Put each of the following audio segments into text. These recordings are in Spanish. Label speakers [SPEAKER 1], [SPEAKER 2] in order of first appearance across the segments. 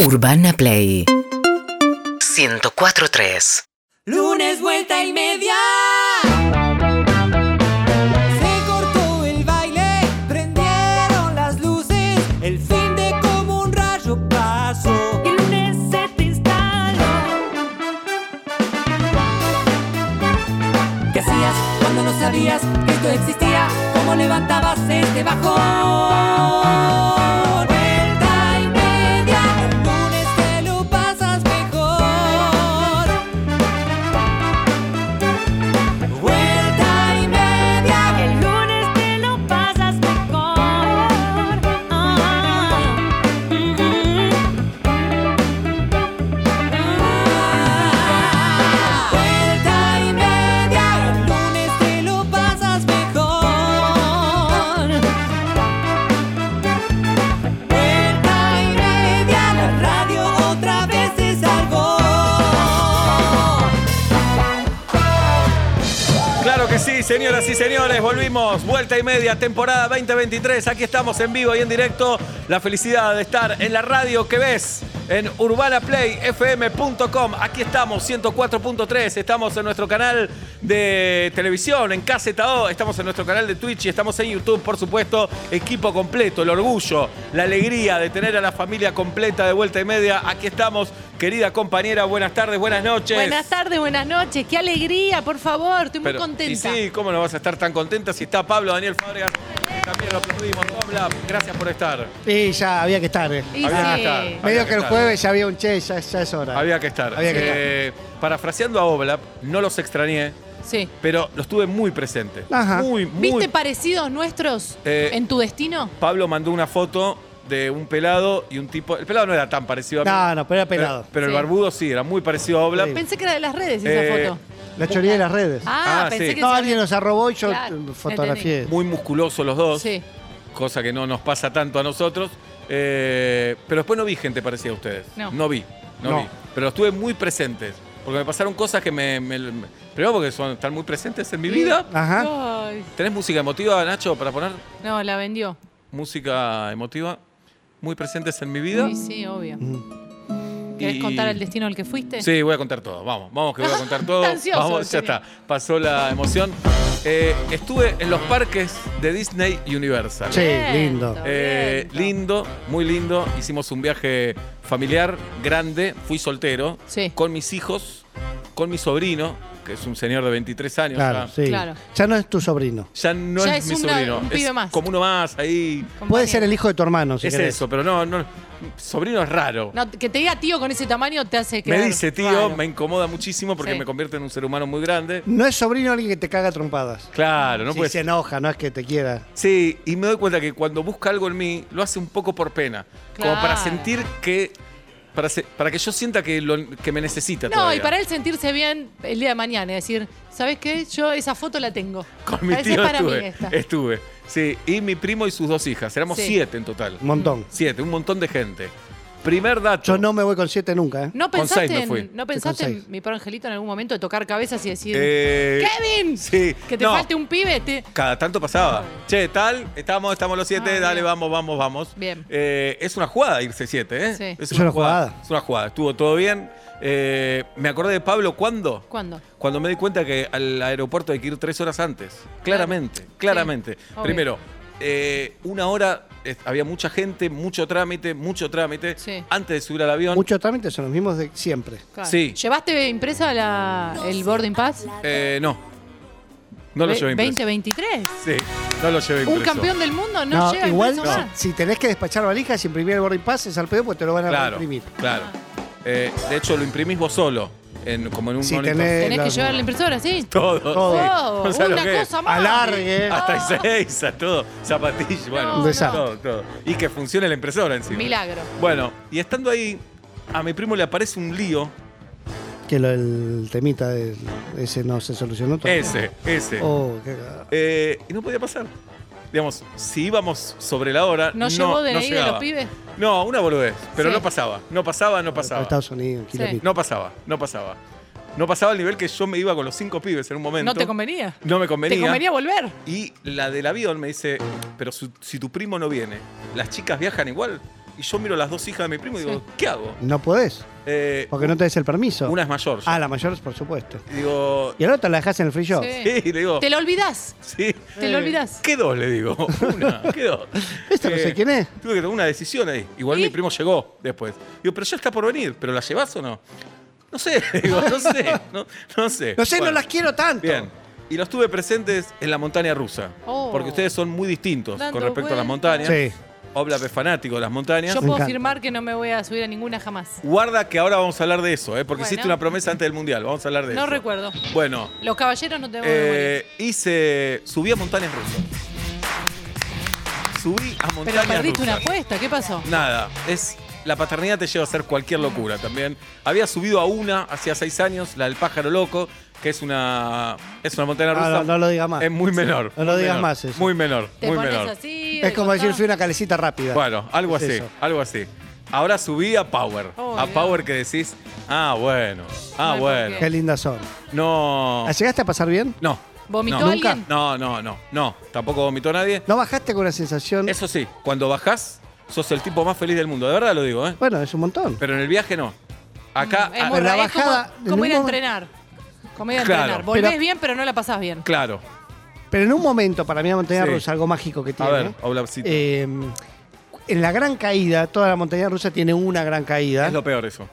[SPEAKER 1] Urbana Play 104.3
[SPEAKER 2] Lunes, vuelta y media. Se cortó el baile, prendieron las luces, el fin de como un rayo pasó.
[SPEAKER 3] El lunes se te instaló.
[SPEAKER 2] ¿Qué hacías cuando no sabías que esto existía? ¿Cómo levantabas este bajón? Vuelta y media, un lunes te lo pasas mejor. Vuelta y media,
[SPEAKER 3] El lunes te lo pasas mejor. Ah, mm, mm.
[SPEAKER 2] Vuelta y media, el lunes te lo pasas mejor. Vuelta y media, la radio otra vez es algo.
[SPEAKER 4] Claro que sí, señoras y señores, volvimos, vuelta y media, temporada 2023, aquí estamos en vivo y en directo, la felicidad de estar en la radio que ves en urbanaplayfm.com, aquí estamos, 104.3, estamos en nuestro canal de televisión, en KZO, estamos en nuestro canal de Twitch y estamos en YouTube, por supuesto, equipo completo, el orgullo, la alegría de tener a la familia completa de vuelta y media, aquí estamos, querida compañera, buenas tardes, buenas noches.
[SPEAKER 5] Buenas tardes, buenas noches. Qué alegría, por favor. Estoy muy
[SPEAKER 4] Pero- Y
[SPEAKER 5] contenta.
[SPEAKER 4] sí, ¿cómo no vas a estar tan contenta si está Pablo Daniel Fábregas? que También lo aplaudimos. Pablo, gracias por estar.
[SPEAKER 6] Y ya había que estar. eh.
[SPEAKER 5] Y
[SPEAKER 4] Había
[SPEAKER 5] sí.
[SPEAKER 4] que estar.
[SPEAKER 6] Medio que el
[SPEAKER 4] estar.
[SPEAKER 6] jueves ya había un che, ya, ya es hora.
[SPEAKER 4] Había que estar.
[SPEAKER 6] Había que
[SPEAKER 4] Eh, Parafraseando a Oblap, no los extrañé,
[SPEAKER 5] Sí.
[SPEAKER 4] pero los tuve muy presentes.
[SPEAKER 6] Ajá.
[SPEAKER 4] Muy, muy.
[SPEAKER 5] ¿Viste parecidos nuestros
[SPEAKER 4] Eh,
[SPEAKER 5] en tu destino?
[SPEAKER 4] Pablo mandó una foto de un pelado y un tipo. El pelado no era tan parecido a mí.
[SPEAKER 6] No, no, pero era pelado.
[SPEAKER 4] Pero, pero el
[SPEAKER 5] Sí.
[SPEAKER 4] barbudo sí, era muy parecido a Oblap.
[SPEAKER 6] Sí.
[SPEAKER 5] Pensé que era de las redes esa
[SPEAKER 4] Eh,
[SPEAKER 5] foto.
[SPEAKER 6] La choría de las redes.
[SPEAKER 5] Ah,
[SPEAKER 4] ah,
[SPEAKER 5] pensé
[SPEAKER 4] sí.
[SPEAKER 5] que
[SPEAKER 6] no,
[SPEAKER 5] se-
[SPEAKER 6] alguien los arrobó y yo
[SPEAKER 5] Claro,
[SPEAKER 6] eh,
[SPEAKER 5] entendí.
[SPEAKER 6] fotografié.
[SPEAKER 4] Muy musculosos los dos.
[SPEAKER 5] Sí.
[SPEAKER 4] cosa que no nos pasa tanto a nosotros. Eh, pero después no vi gente parecida a ustedes.
[SPEAKER 5] No.
[SPEAKER 4] vi, no,
[SPEAKER 6] No.
[SPEAKER 4] vi. Pero estuve muy presentes. Porque me pasaron cosas que me. me- me- primero porque son, están muy presentes en mi
[SPEAKER 5] Sí.
[SPEAKER 4] vida.
[SPEAKER 6] Ajá.
[SPEAKER 5] Ay,
[SPEAKER 4] ¿Tenés música emotiva, Nacho, para poner
[SPEAKER 5] no, la vendió.
[SPEAKER 4] música emotiva? Muy presentes en mi vida.
[SPEAKER 5] Sí, sí, obvio.
[SPEAKER 6] Mm.
[SPEAKER 5] ¿Querés
[SPEAKER 4] Y-
[SPEAKER 5] contar el destino al que fuiste?
[SPEAKER 4] Sí, voy a contar todo. Vamos, vamos que voy a contar todo.
[SPEAKER 5] Está ansioso el
[SPEAKER 4] vamos, ya
[SPEAKER 5] señor.
[SPEAKER 4] está. Pasó la emoción. Eh, estuve en los parques de Disney Universal.
[SPEAKER 6] Sí, lindo.
[SPEAKER 4] Eh, lindo, muy lindo. Hicimos un viaje familiar grande. Fui soltero
[SPEAKER 5] Sí.
[SPEAKER 4] con mis hijos, con mi sobrino, que es un señor de 23 años.
[SPEAKER 6] Claro,
[SPEAKER 4] ya,
[SPEAKER 6] sí.
[SPEAKER 5] Claro.
[SPEAKER 6] Ya no es tu sobrino.
[SPEAKER 4] Ya no
[SPEAKER 5] Ya
[SPEAKER 4] es,
[SPEAKER 5] es
[SPEAKER 4] mi
[SPEAKER 5] una-
[SPEAKER 4] sobrino.
[SPEAKER 5] un pibe
[SPEAKER 4] es
[SPEAKER 5] más.
[SPEAKER 4] como uno más ahí.
[SPEAKER 6] Puede ser el hijo de tu hermano, si
[SPEAKER 4] es
[SPEAKER 6] querés.
[SPEAKER 4] eso, pero no, no. Sobrino es raro.
[SPEAKER 5] No, que te diga tío con ese tamaño te hace que.
[SPEAKER 4] me dice tío, me incomoda muchísimo porque
[SPEAKER 5] Sí.
[SPEAKER 4] me convierte en un ser humano muy grande.
[SPEAKER 6] No es sobrino alguien que te caga a trompadas.
[SPEAKER 4] Claro, no
[SPEAKER 6] si
[SPEAKER 4] puede
[SPEAKER 6] se
[SPEAKER 4] ser.
[SPEAKER 6] enoja, no es que te quiera.
[SPEAKER 4] Sí, y me doy cuenta que cuando busca algo en mí, lo hace un poco por pena. Como para
[SPEAKER 5] Claro.
[SPEAKER 4] sentir que. Para, se- para que yo sienta que, lo- que me necesita.
[SPEAKER 5] No,
[SPEAKER 4] todavía.
[SPEAKER 5] y para él sentirse bien el día de mañana, es decir, ¿sabes qué? Yo esa foto la tengo.
[SPEAKER 4] Con mi
[SPEAKER 5] Esa
[SPEAKER 4] tío Eh,
[SPEAKER 5] es para
[SPEAKER 4] estuve.
[SPEAKER 5] mí esta.
[SPEAKER 4] Estuve. Sí, y mi primo y sus dos hijas. Éramos
[SPEAKER 5] Sí.
[SPEAKER 4] siete en total.
[SPEAKER 6] Un montón.
[SPEAKER 4] Siete, un montón de gente. Primer dato.
[SPEAKER 6] Yo no me voy con siete nunca, ¿eh?
[SPEAKER 5] ¿No
[SPEAKER 4] Con
[SPEAKER 5] pensaste,
[SPEAKER 4] seis me fui.
[SPEAKER 5] en, ¿no pensaste
[SPEAKER 6] Con
[SPEAKER 5] en
[SPEAKER 6] seis.
[SPEAKER 5] mi pro angelito en algún momento de tocar cabezas y decir,
[SPEAKER 4] Eh,
[SPEAKER 5] ¡Kevin!
[SPEAKER 4] Sí.
[SPEAKER 5] Que te
[SPEAKER 4] no,
[SPEAKER 5] falte un pibe. te-
[SPEAKER 4] Cada tanto pasaba. Che, tal, estamos, estamos los siete,
[SPEAKER 5] Ah,
[SPEAKER 4] dale,
[SPEAKER 5] bien.
[SPEAKER 4] vamos, vamos, vamos.
[SPEAKER 5] Bien.
[SPEAKER 4] Eh, es una jugada irse siete, ¿eh?
[SPEAKER 5] Sí.
[SPEAKER 4] Es,
[SPEAKER 6] una jugada.
[SPEAKER 4] Es una jugada. Estuvo todo bien. Eh, me acordé de Pablo cuando.
[SPEAKER 5] ¿Cuándo?
[SPEAKER 4] Cuando me di cuenta que al aeropuerto hay que ir tres horas antes. Claramente, claramente.
[SPEAKER 5] obvio.
[SPEAKER 4] Primero, eh, una hora, eh, había mucha gente, mucho trámite, mucho trámite.
[SPEAKER 5] Sí.
[SPEAKER 4] Antes de subir al avión.
[SPEAKER 6] Muchos trámites son los mismos de siempre.
[SPEAKER 5] Claro.
[SPEAKER 4] Sí.
[SPEAKER 5] ¿Llevaste impresa la, el boarding pass?
[SPEAKER 4] Eh, no. No lo
[SPEAKER 5] Ve-
[SPEAKER 4] llevé impreso.
[SPEAKER 5] 2023.
[SPEAKER 4] Sí, no lo llevé
[SPEAKER 5] Un
[SPEAKER 4] impreso.
[SPEAKER 5] campeón del mundo no, llega
[SPEAKER 6] igual
[SPEAKER 5] impreso más.
[SPEAKER 6] si si tenés que despachar valijas, imprimir el boarding pass, es al pedo porque te lo van a
[SPEAKER 4] Claro,
[SPEAKER 6] imprimir.
[SPEAKER 4] claro. Eh, de hecho, lo imprimís vos solo, en, como en un
[SPEAKER 6] Si
[SPEAKER 4] monitor.
[SPEAKER 6] tenés-
[SPEAKER 5] Tenés que
[SPEAKER 6] los-
[SPEAKER 5] llevar la impresora, ¿sí?
[SPEAKER 4] Todo.
[SPEAKER 6] Todo.
[SPEAKER 4] sí.
[SPEAKER 5] Oh,
[SPEAKER 4] No sabés lo
[SPEAKER 5] una
[SPEAKER 4] que es.
[SPEAKER 5] cosa más.
[SPEAKER 6] Alargue.
[SPEAKER 4] Hasta seis, a todo. Zapatillas, bueno.
[SPEAKER 6] Un desastre.
[SPEAKER 4] Todo, todo. Y que funcione la impresora encima.
[SPEAKER 5] Milagro.
[SPEAKER 4] Bueno, y estando ahí, a mi primo le aparece un lío.
[SPEAKER 6] Que lo, el temita de ese no se solucionó todavía.
[SPEAKER 4] Ese, ese.
[SPEAKER 6] Oh, qué cagada.
[SPEAKER 4] Eh, y no podía pasar. Digamos, si íbamos sobre la hora.
[SPEAKER 5] ¿No,
[SPEAKER 4] No,
[SPEAKER 5] llevó
[SPEAKER 4] no
[SPEAKER 5] DNI de
[SPEAKER 4] llegaba.
[SPEAKER 5] los pibes?
[SPEAKER 4] No, una boludez. Pero
[SPEAKER 5] Sí.
[SPEAKER 4] no pasaba. No pasaba, no
[SPEAKER 6] Para
[SPEAKER 4] pasaba.
[SPEAKER 6] Estados Unidos, un
[SPEAKER 5] Sí.
[SPEAKER 6] kilomito.
[SPEAKER 4] No pasaba, no pasaba. No pasaba al nivel que yo me iba con los cinco pibes en un momento.
[SPEAKER 5] ¿No te convenía?
[SPEAKER 4] No me convenía.
[SPEAKER 5] ¿Te convenía volver?
[SPEAKER 4] Y la del avión me dice, pero su- si tu primo no viene, ¿las chicas viajan igual? y yo miro las dos hijas de mi primo y digo, ¿qué hago?
[SPEAKER 6] No podés,
[SPEAKER 4] Eh,
[SPEAKER 6] porque no te des el permiso.
[SPEAKER 4] una es mayor. yo.
[SPEAKER 6] Ah, la mayor, por supuesto.
[SPEAKER 4] Y Digo,
[SPEAKER 6] Y a la otra la dejás en el free shop.
[SPEAKER 5] Sí.
[SPEAKER 4] sí, le digo,
[SPEAKER 5] Te lo olvidás.
[SPEAKER 4] sí.
[SPEAKER 5] Te lo olvidás.
[SPEAKER 4] ¿Qué dos? Le digo. Una, ¿qué dos? Eh,
[SPEAKER 6] Esta no sé quién es.
[SPEAKER 4] Tuve que tomar una decisión ahí. Igual mi primo llegó después. Digo, pero ya está por venir, ¿pero la llevas o no? No sé, le digo, no sé, no, no sé.
[SPEAKER 6] No sé, no
[SPEAKER 4] Bueno.
[SPEAKER 6] las quiero tanto.
[SPEAKER 4] Bien. Y los tuve presentes en la montaña rusa.
[SPEAKER 5] Oh.
[SPEAKER 4] Porque ustedes son muy distintos
[SPEAKER 5] Dando
[SPEAKER 4] con respecto a las
[SPEAKER 5] vueltas.
[SPEAKER 4] montañas.
[SPEAKER 6] Sí.
[SPEAKER 4] Oblap es fanático de las montañas.
[SPEAKER 5] Yo puedo
[SPEAKER 6] encanta.
[SPEAKER 5] firmar que no me voy a subir a ninguna jamás.
[SPEAKER 4] Guarda que ahora vamos a hablar de eso, ¿eh? porque
[SPEAKER 5] Bueno.
[SPEAKER 4] hiciste una promesa antes del Mundial. Vamos a hablar de
[SPEAKER 5] No
[SPEAKER 4] eso.
[SPEAKER 5] recuerdo.
[SPEAKER 4] Bueno,
[SPEAKER 5] Los caballeros no tenemos memoria.
[SPEAKER 4] eh, hice. Subí a montañas rusas. Subí a
[SPEAKER 5] Pero
[SPEAKER 4] montañas
[SPEAKER 5] perdiste
[SPEAKER 4] rusas.
[SPEAKER 5] una apuesta, ¿qué pasó?
[SPEAKER 4] Nada, es. La paternidad te lleva a hacer cualquier locura también. Había subido a una hacía seis años, la del pájaro loco, que es una. Es una montaña
[SPEAKER 6] No,
[SPEAKER 4] rusa.
[SPEAKER 6] no, no lo digas más.
[SPEAKER 4] Es muy menor.
[SPEAKER 6] No lo
[SPEAKER 4] muy
[SPEAKER 6] digas
[SPEAKER 4] menor,
[SPEAKER 6] más eso.
[SPEAKER 4] Muy menor,
[SPEAKER 5] Te
[SPEAKER 4] muy
[SPEAKER 5] pones
[SPEAKER 4] menor.
[SPEAKER 5] así.
[SPEAKER 6] Es
[SPEAKER 5] de
[SPEAKER 6] como decir,
[SPEAKER 5] costado.
[SPEAKER 6] fui una calecita rápida.
[SPEAKER 4] Bueno, algo
[SPEAKER 6] Es
[SPEAKER 4] así,
[SPEAKER 6] eso.
[SPEAKER 4] algo así. Ahora subí a Power.
[SPEAKER 5] Oh,
[SPEAKER 4] a
[SPEAKER 5] Dios.
[SPEAKER 4] Power que decís, ah, bueno, ah,
[SPEAKER 5] No hay por
[SPEAKER 4] bueno.
[SPEAKER 6] Qué lindas son.
[SPEAKER 4] No.
[SPEAKER 6] ¿La ¿Llegaste a pasar bien?
[SPEAKER 4] No.
[SPEAKER 5] ¿Vomitó
[SPEAKER 4] no.
[SPEAKER 5] ¿Nunca? alguien?
[SPEAKER 4] No, no, no, no. Tampoco vomitó nadie.
[SPEAKER 6] ¿No bajaste con una sensación?
[SPEAKER 4] Eso sí, cuando bajás, sos el tipo más feliz del mundo. De verdad lo digo, ¿eh?
[SPEAKER 6] Bueno, es un montón.
[SPEAKER 4] Pero en el viaje no. Acá.
[SPEAKER 5] Mm, Es
[SPEAKER 4] ah,
[SPEAKER 5] muy
[SPEAKER 6] la
[SPEAKER 5] raro, es como-
[SPEAKER 6] bajada,
[SPEAKER 5] como,
[SPEAKER 6] en un
[SPEAKER 5] ir a
[SPEAKER 6] momen-
[SPEAKER 5] entrenar. Como ir a
[SPEAKER 4] Claro,
[SPEAKER 5] entrenar. Volvés
[SPEAKER 6] pero-
[SPEAKER 5] bien, pero no la pasás bien.
[SPEAKER 4] claro.
[SPEAKER 6] Pero en un momento, para mí la montaña
[SPEAKER 4] Sí.
[SPEAKER 6] rusa, algo mágico que tiene.
[SPEAKER 4] A ver, Oblapcito.
[SPEAKER 6] eh, en la gran caída, toda la montaña rusa tiene una gran caída.
[SPEAKER 4] Es lo peor eso.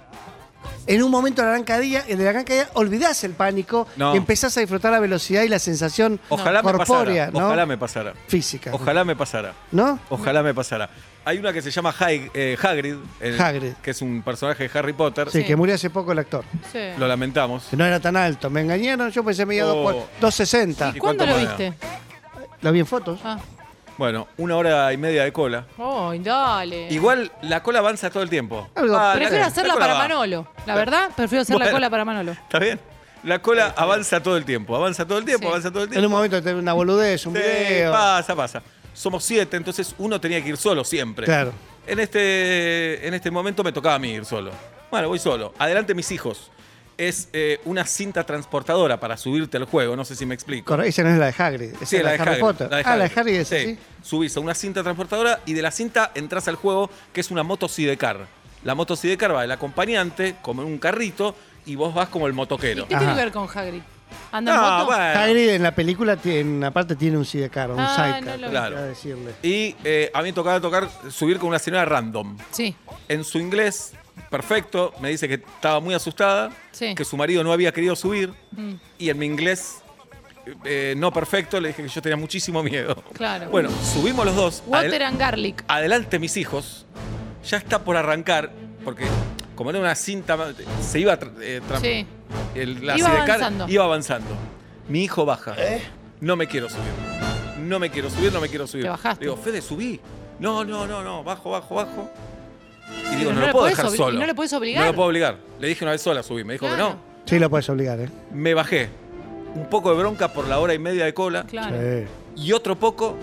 [SPEAKER 6] En un momento de la gran caída, de la gran caída olvidás el pánico
[SPEAKER 4] No.
[SPEAKER 6] y empezás a disfrutar la velocidad y la sensación
[SPEAKER 4] Ojalá me
[SPEAKER 6] corpórea,
[SPEAKER 4] pasara.
[SPEAKER 6] ¿no?
[SPEAKER 4] Ojalá me pasara.
[SPEAKER 6] Física.
[SPEAKER 4] Ojalá me pasara.
[SPEAKER 6] ¿No?
[SPEAKER 4] Ojalá me pasara. Hay una que se llama Hag- eh, Hagrid, el-
[SPEAKER 6] Hagrid.
[SPEAKER 4] que es un personaje de Harry Potter.
[SPEAKER 6] Sí, que murió hace poco el actor.
[SPEAKER 5] Sí.
[SPEAKER 4] Lo lamentamos.
[SPEAKER 6] Que no era tan alto. Me engañaron, yo pensé media
[SPEAKER 4] Oh.
[SPEAKER 6] 260.
[SPEAKER 4] ¿Y cuánto
[SPEAKER 5] ¿Cuándo lo
[SPEAKER 4] paga?
[SPEAKER 5] viste?
[SPEAKER 6] Lo vi en fotos.
[SPEAKER 5] Ah.
[SPEAKER 4] Bueno, una hora y media de cola.
[SPEAKER 5] Ay, dale.
[SPEAKER 4] Igual la cola avanza todo el tiempo.
[SPEAKER 6] Algo-
[SPEAKER 4] Ah,
[SPEAKER 5] prefiero
[SPEAKER 4] la-
[SPEAKER 5] hacerla
[SPEAKER 4] la cola
[SPEAKER 5] para
[SPEAKER 4] va.
[SPEAKER 5] Manolo. La verdad, prefiero hacer la
[SPEAKER 4] Bueno.
[SPEAKER 5] cola para Manolo.
[SPEAKER 4] ¿Está bien? La cola avanza todo el tiempo, avanza todo el tiempo,
[SPEAKER 5] Sí.
[SPEAKER 4] avanza todo el
[SPEAKER 6] En un
[SPEAKER 4] tiempo.
[SPEAKER 6] momento te una boludez, un
[SPEAKER 4] Sí,
[SPEAKER 6] video.
[SPEAKER 4] pasa, pasa. Somos siete, entonces uno tenía que ir solo siempre.
[SPEAKER 6] Claro.
[SPEAKER 4] En este, en este momento me tocaba a mí ir solo. Bueno, voy solo. Adelante mis hijos. Es eh, una cinta transportadora para subirte al juego, no sé si me explico.
[SPEAKER 6] Corre- Esa no es la de Hagrid, esa
[SPEAKER 4] Sí,
[SPEAKER 6] es la, de Harry
[SPEAKER 4] Hagrid,
[SPEAKER 6] Potter. ah, la de
[SPEAKER 4] Hagrid.
[SPEAKER 6] Harry es
[SPEAKER 4] Sí.
[SPEAKER 6] así.
[SPEAKER 4] Subís a una cinta transportadora y de la cinta entras al juego, que es una moto sidecar. La moto sidecar va el acompañante, como en un carrito, y vos vas como el motoquero.
[SPEAKER 5] ¿Y qué
[SPEAKER 6] Ajá.
[SPEAKER 5] tiene que ver con Hagrid? ¿Anda en
[SPEAKER 4] Ah, No,
[SPEAKER 5] moto?
[SPEAKER 4] bueno.
[SPEAKER 6] Hagrid en la película tiene, aparte tiene un sidecar, un
[SPEAKER 5] Ah, no
[SPEAKER 6] sidecar,
[SPEAKER 5] lo
[SPEAKER 4] vi.
[SPEAKER 6] para decirle.
[SPEAKER 4] Y eh, a mí me tocaba tocar subir con una señora random.
[SPEAKER 5] Sí.
[SPEAKER 4] En su inglés, perfecto, me dice que estaba muy asustada,
[SPEAKER 5] Sí. Mm.
[SPEAKER 4] que su marido no había querido subir, y en mi inglés eh, no perfecto le dije que yo tenía muchísimo miedo.
[SPEAKER 5] Claro.
[SPEAKER 4] Bueno, subimos los dos. Adel-
[SPEAKER 5] Water and garlic.
[SPEAKER 4] adelante mis hijos, ya está por arrancar, porque como era una cinta, se iba tra- eh, tra-
[SPEAKER 5] Sí.
[SPEAKER 4] el- la
[SPEAKER 5] Iba
[SPEAKER 4] sidecar
[SPEAKER 5] avanzando.
[SPEAKER 4] iba avanzando. Mi hijo baja.
[SPEAKER 6] ¿Eh?
[SPEAKER 4] No me quiero subir. No me quiero subir, no me quiero subir.
[SPEAKER 5] Te bajaste.
[SPEAKER 4] Digo, Fede, subí. No, no, no, no, bajo, bajo, bajo. Y
[SPEAKER 5] Pero
[SPEAKER 4] digo, no,
[SPEAKER 5] no
[SPEAKER 4] lo
[SPEAKER 5] le
[SPEAKER 4] puedo
[SPEAKER 5] podés
[SPEAKER 4] dejar
[SPEAKER 5] obli-
[SPEAKER 4] solo.
[SPEAKER 5] y no le podés obligar.
[SPEAKER 4] No lo puedo obligar. Le dije una vez sola subí, me dijo
[SPEAKER 5] Claro.
[SPEAKER 4] que no.
[SPEAKER 6] Sí, lo puedes obligar, ¿eh?
[SPEAKER 4] Me bajé. Un poco de bronca por la hora y media de cola
[SPEAKER 5] Claro.
[SPEAKER 6] Sí.
[SPEAKER 4] y otro poco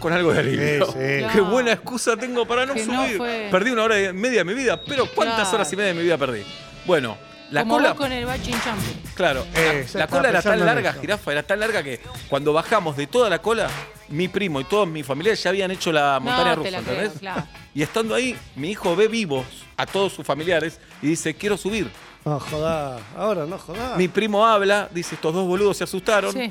[SPEAKER 4] con algo de alivio.
[SPEAKER 6] Sí, sí.
[SPEAKER 5] Claro.
[SPEAKER 4] Qué buena excusa tengo para no
[SPEAKER 5] Que no
[SPEAKER 4] subir.
[SPEAKER 5] fue.
[SPEAKER 4] Perdí una hora y media de mi vida, pero ¿cuántas
[SPEAKER 5] Claro.
[SPEAKER 4] horas y media de mi vida perdí? Bueno, la
[SPEAKER 5] Como
[SPEAKER 4] cola.
[SPEAKER 5] vos con el Bachin Champion.
[SPEAKER 4] Claro, la-
[SPEAKER 6] Eh,
[SPEAKER 4] la,
[SPEAKER 6] estaba
[SPEAKER 4] cola era tan
[SPEAKER 6] pensando en
[SPEAKER 4] larga,
[SPEAKER 6] eso.
[SPEAKER 4] jirafa, era tan larga que cuando bajamos de toda la cola, mi primo y toda mi familia ya habían hecho la montaña
[SPEAKER 5] no,
[SPEAKER 4] rusa,
[SPEAKER 5] te la
[SPEAKER 4] ¿entendés?
[SPEAKER 5] creo, claro.
[SPEAKER 4] Y estando ahí, mi hijo ve vivos a todos sus familiares y dice, quiero subir.
[SPEAKER 6] No jodá, ahora no jodá.
[SPEAKER 4] Mi primo habla, dice, estos dos boludos se asustaron
[SPEAKER 5] Sí.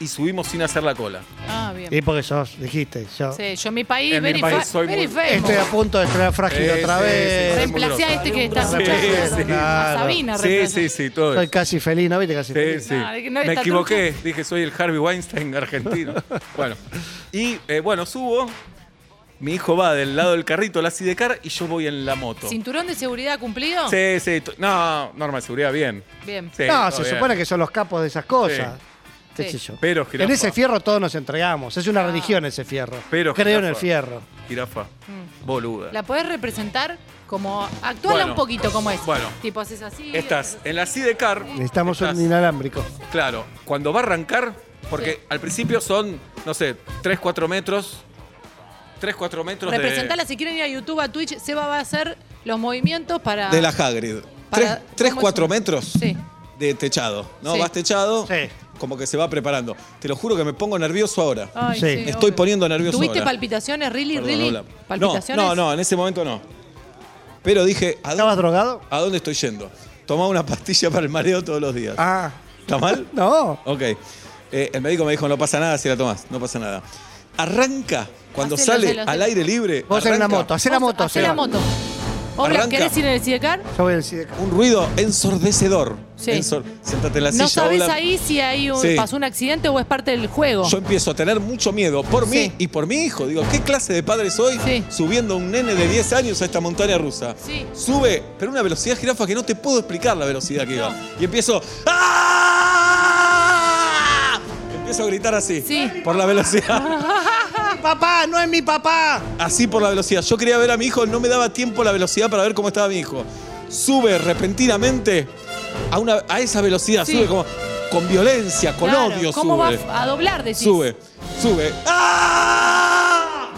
[SPEAKER 4] y subimos sin hacer la cola.
[SPEAKER 5] Ah, bien.
[SPEAKER 6] Y porque sos, dijiste, yo
[SPEAKER 5] Sí, yo en mi país,
[SPEAKER 4] En mi
[SPEAKER 5] very,
[SPEAKER 4] país
[SPEAKER 5] fa-
[SPEAKER 4] soy muy-
[SPEAKER 5] very
[SPEAKER 6] estoy
[SPEAKER 5] famous.
[SPEAKER 6] a punto de estrenar frágil
[SPEAKER 4] Sí,
[SPEAKER 6] otra
[SPEAKER 4] sí,
[SPEAKER 6] vez.
[SPEAKER 4] sí, sí.
[SPEAKER 5] Reemplacé a este que está
[SPEAKER 4] Sí,
[SPEAKER 5] escuchando.
[SPEAKER 4] sí.
[SPEAKER 5] A
[SPEAKER 6] Claro.
[SPEAKER 5] Sabina
[SPEAKER 4] Sí,
[SPEAKER 5] reemplacé.
[SPEAKER 4] sí, sí, todo eso.
[SPEAKER 6] Soy casi feliz, ¿no viste? Casi
[SPEAKER 4] Sí,
[SPEAKER 6] feliz.
[SPEAKER 4] sí.
[SPEAKER 5] No, no
[SPEAKER 4] Me
[SPEAKER 5] está
[SPEAKER 4] equivoqué. Dije, soy el Harvey Weinstein argentino. bueno. Y eh, bueno, subo. Mi hijo va del lado del carrito, la sidecar, y yo voy en la moto.
[SPEAKER 5] ¿Cinturón de seguridad cumplido?
[SPEAKER 4] Sí, sí. t- No, norma de seguridad, bien.
[SPEAKER 5] Bien.
[SPEAKER 4] Sí,
[SPEAKER 6] no,
[SPEAKER 4] todo
[SPEAKER 6] se
[SPEAKER 4] bien.
[SPEAKER 6] supone que son los capos de esas cosas. Qué
[SPEAKER 5] Sí.
[SPEAKER 6] sé yo.
[SPEAKER 4] Pero, jirafa.
[SPEAKER 6] en ese fierro todos nos entregamos. Es una religión ese fierro.
[SPEAKER 4] Pero,
[SPEAKER 6] Creo en el
[SPEAKER 4] jirafa.
[SPEAKER 6] fierro.
[SPEAKER 4] Jirafa. Boluda.
[SPEAKER 5] Mm. ¿La podés representar como. Actuala
[SPEAKER 4] Bueno.
[SPEAKER 5] un poquito como es.
[SPEAKER 4] Bueno.
[SPEAKER 5] Tipo, haces así.
[SPEAKER 4] Estás en la sidecar.
[SPEAKER 6] Necesitamos
[SPEAKER 4] estás-
[SPEAKER 6] un inalámbrico.
[SPEAKER 4] Claro, cuando va a arrancar, porque
[SPEAKER 5] Sí.
[SPEAKER 4] al principio son, no sé, 3, 4 metros. 3, 4 metros de-
[SPEAKER 5] Representala si quieren ir a YouTube, a Twitch. Seba va a hacer los movimientos para.
[SPEAKER 7] De la Hagrid.
[SPEAKER 5] Para-
[SPEAKER 7] 3,
[SPEAKER 5] ¿cómo es
[SPEAKER 7] 4
[SPEAKER 5] un-
[SPEAKER 7] metros
[SPEAKER 5] Sí.
[SPEAKER 7] de techado. ¿No?
[SPEAKER 5] Sí.
[SPEAKER 7] Vas techado.
[SPEAKER 6] Sí.
[SPEAKER 8] como que se va preparando. Te lo juro que me pongo nervioso ahora.
[SPEAKER 5] Ay,
[SPEAKER 6] Sí.
[SPEAKER 8] Me estoy poniendo nervioso
[SPEAKER 5] ¿Tuviste
[SPEAKER 8] ahora.
[SPEAKER 5] palpitaciones, really,
[SPEAKER 8] Perdón,
[SPEAKER 5] really?
[SPEAKER 8] hola. no,
[SPEAKER 5] ¿Palpitaciones?
[SPEAKER 8] no, no, en ese momento no. Pero dije, ¿a
[SPEAKER 6] ¿Estabas
[SPEAKER 8] dónde,
[SPEAKER 6] drogado?
[SPEAKER 8] a dónde estoy yendo? Tomaba una pastilla para el mareo todos los días.
[SPEAKER 6] Ah,
[SPEAKER 8] ¿Está mal?
[SPEAKER 6] no.
[SPEAKER 8] Ok. Eh, el médico me dijo, no pasa nada si la tomás, no pasa nada. Arranca cuando
[SPEAKER 5] Hacelo,
[SPEAKER 8] sale
[SPEAKER 5] hacelo,
[SPEAKER 8] al
[SPEAKER 5] hacelo.
[SPEAKER 8] aire libre.
[SPEAKER 6] Vos en una
[SPEAKER 8] arranca
[SPEAKER 6] moto, hacé la
[SPEAKER 5] Vos,
[SPEAKER 6] moto.
[SPEAKER 5] hacé
[SPEAKER 6] Seba.
[SPEAKER 5] la moto. Hola,
[SPEAKER 8] Arranca.
[SPEAKER 5] ¿querés ir en el sidecar?
[SPEAKER 6] Yo voy al Sidecar.
[SPEAKER 8] Un ruido ensordecedor.
[SPEAKER 5] Sí.
[SPEAKER 8] Ensor- Sentate en la
[SPEAKER 5] No
[SPEAKER 8] silla.
[SPEAKER 5] sabes
[SPEAKER 8] hola.
[SPEAKER 5] ahí si hay un,
[SPEAKER 8] Sí.
[SPEAKER 5] pasó un accidente o es parte del juego.
[SPEAKER 8] Yo empiezo a tener mucho miedo por mí
[SPEAKER 5] Sí.
[SPEAKER 8] y por mi hijo. Digo, ¿qué clase de padre soy
[SPEAKER 5] Sí.
[SPEAKER 8] subiendo un nene de 10 años a esta montaña rusa?
[SPEAKER 5] Sí.
[SPEAKER 8] Sube, pero una velocidad jirafa que no te puedo explicar la velocidad que iba.
[SPEAKER 5] No.
[SPEAKER 8] Y empiezo. ¡Ah! Empiezo a gritar así.
[SPEAKER 5] Sí.
[SPEAKER 8] Por la velocidad.
[SPEAKER 6] ¡Papá! ¡No es mi papá!
[SPEAKER 8] Así por la velocidad. Yo quería ver a mi hijo, no me daba tiempo la velocidad para ver cómo estaba mi hijo. Sube repentinamente a, una, a esa velocidad.
[SPEAKER 5] Sí.
[SPEAKER 8] Sube como con violencia, con
[SPEAKER 5] Claro,
[SPEAKER 8] odio.
[SPEAKER 5] ¿Cómo
[SPEAKER 8] sube.
[SPEAKER 5] va a doblar, decís?
[SPEAKER 8] Sube, sube. ¡Ah!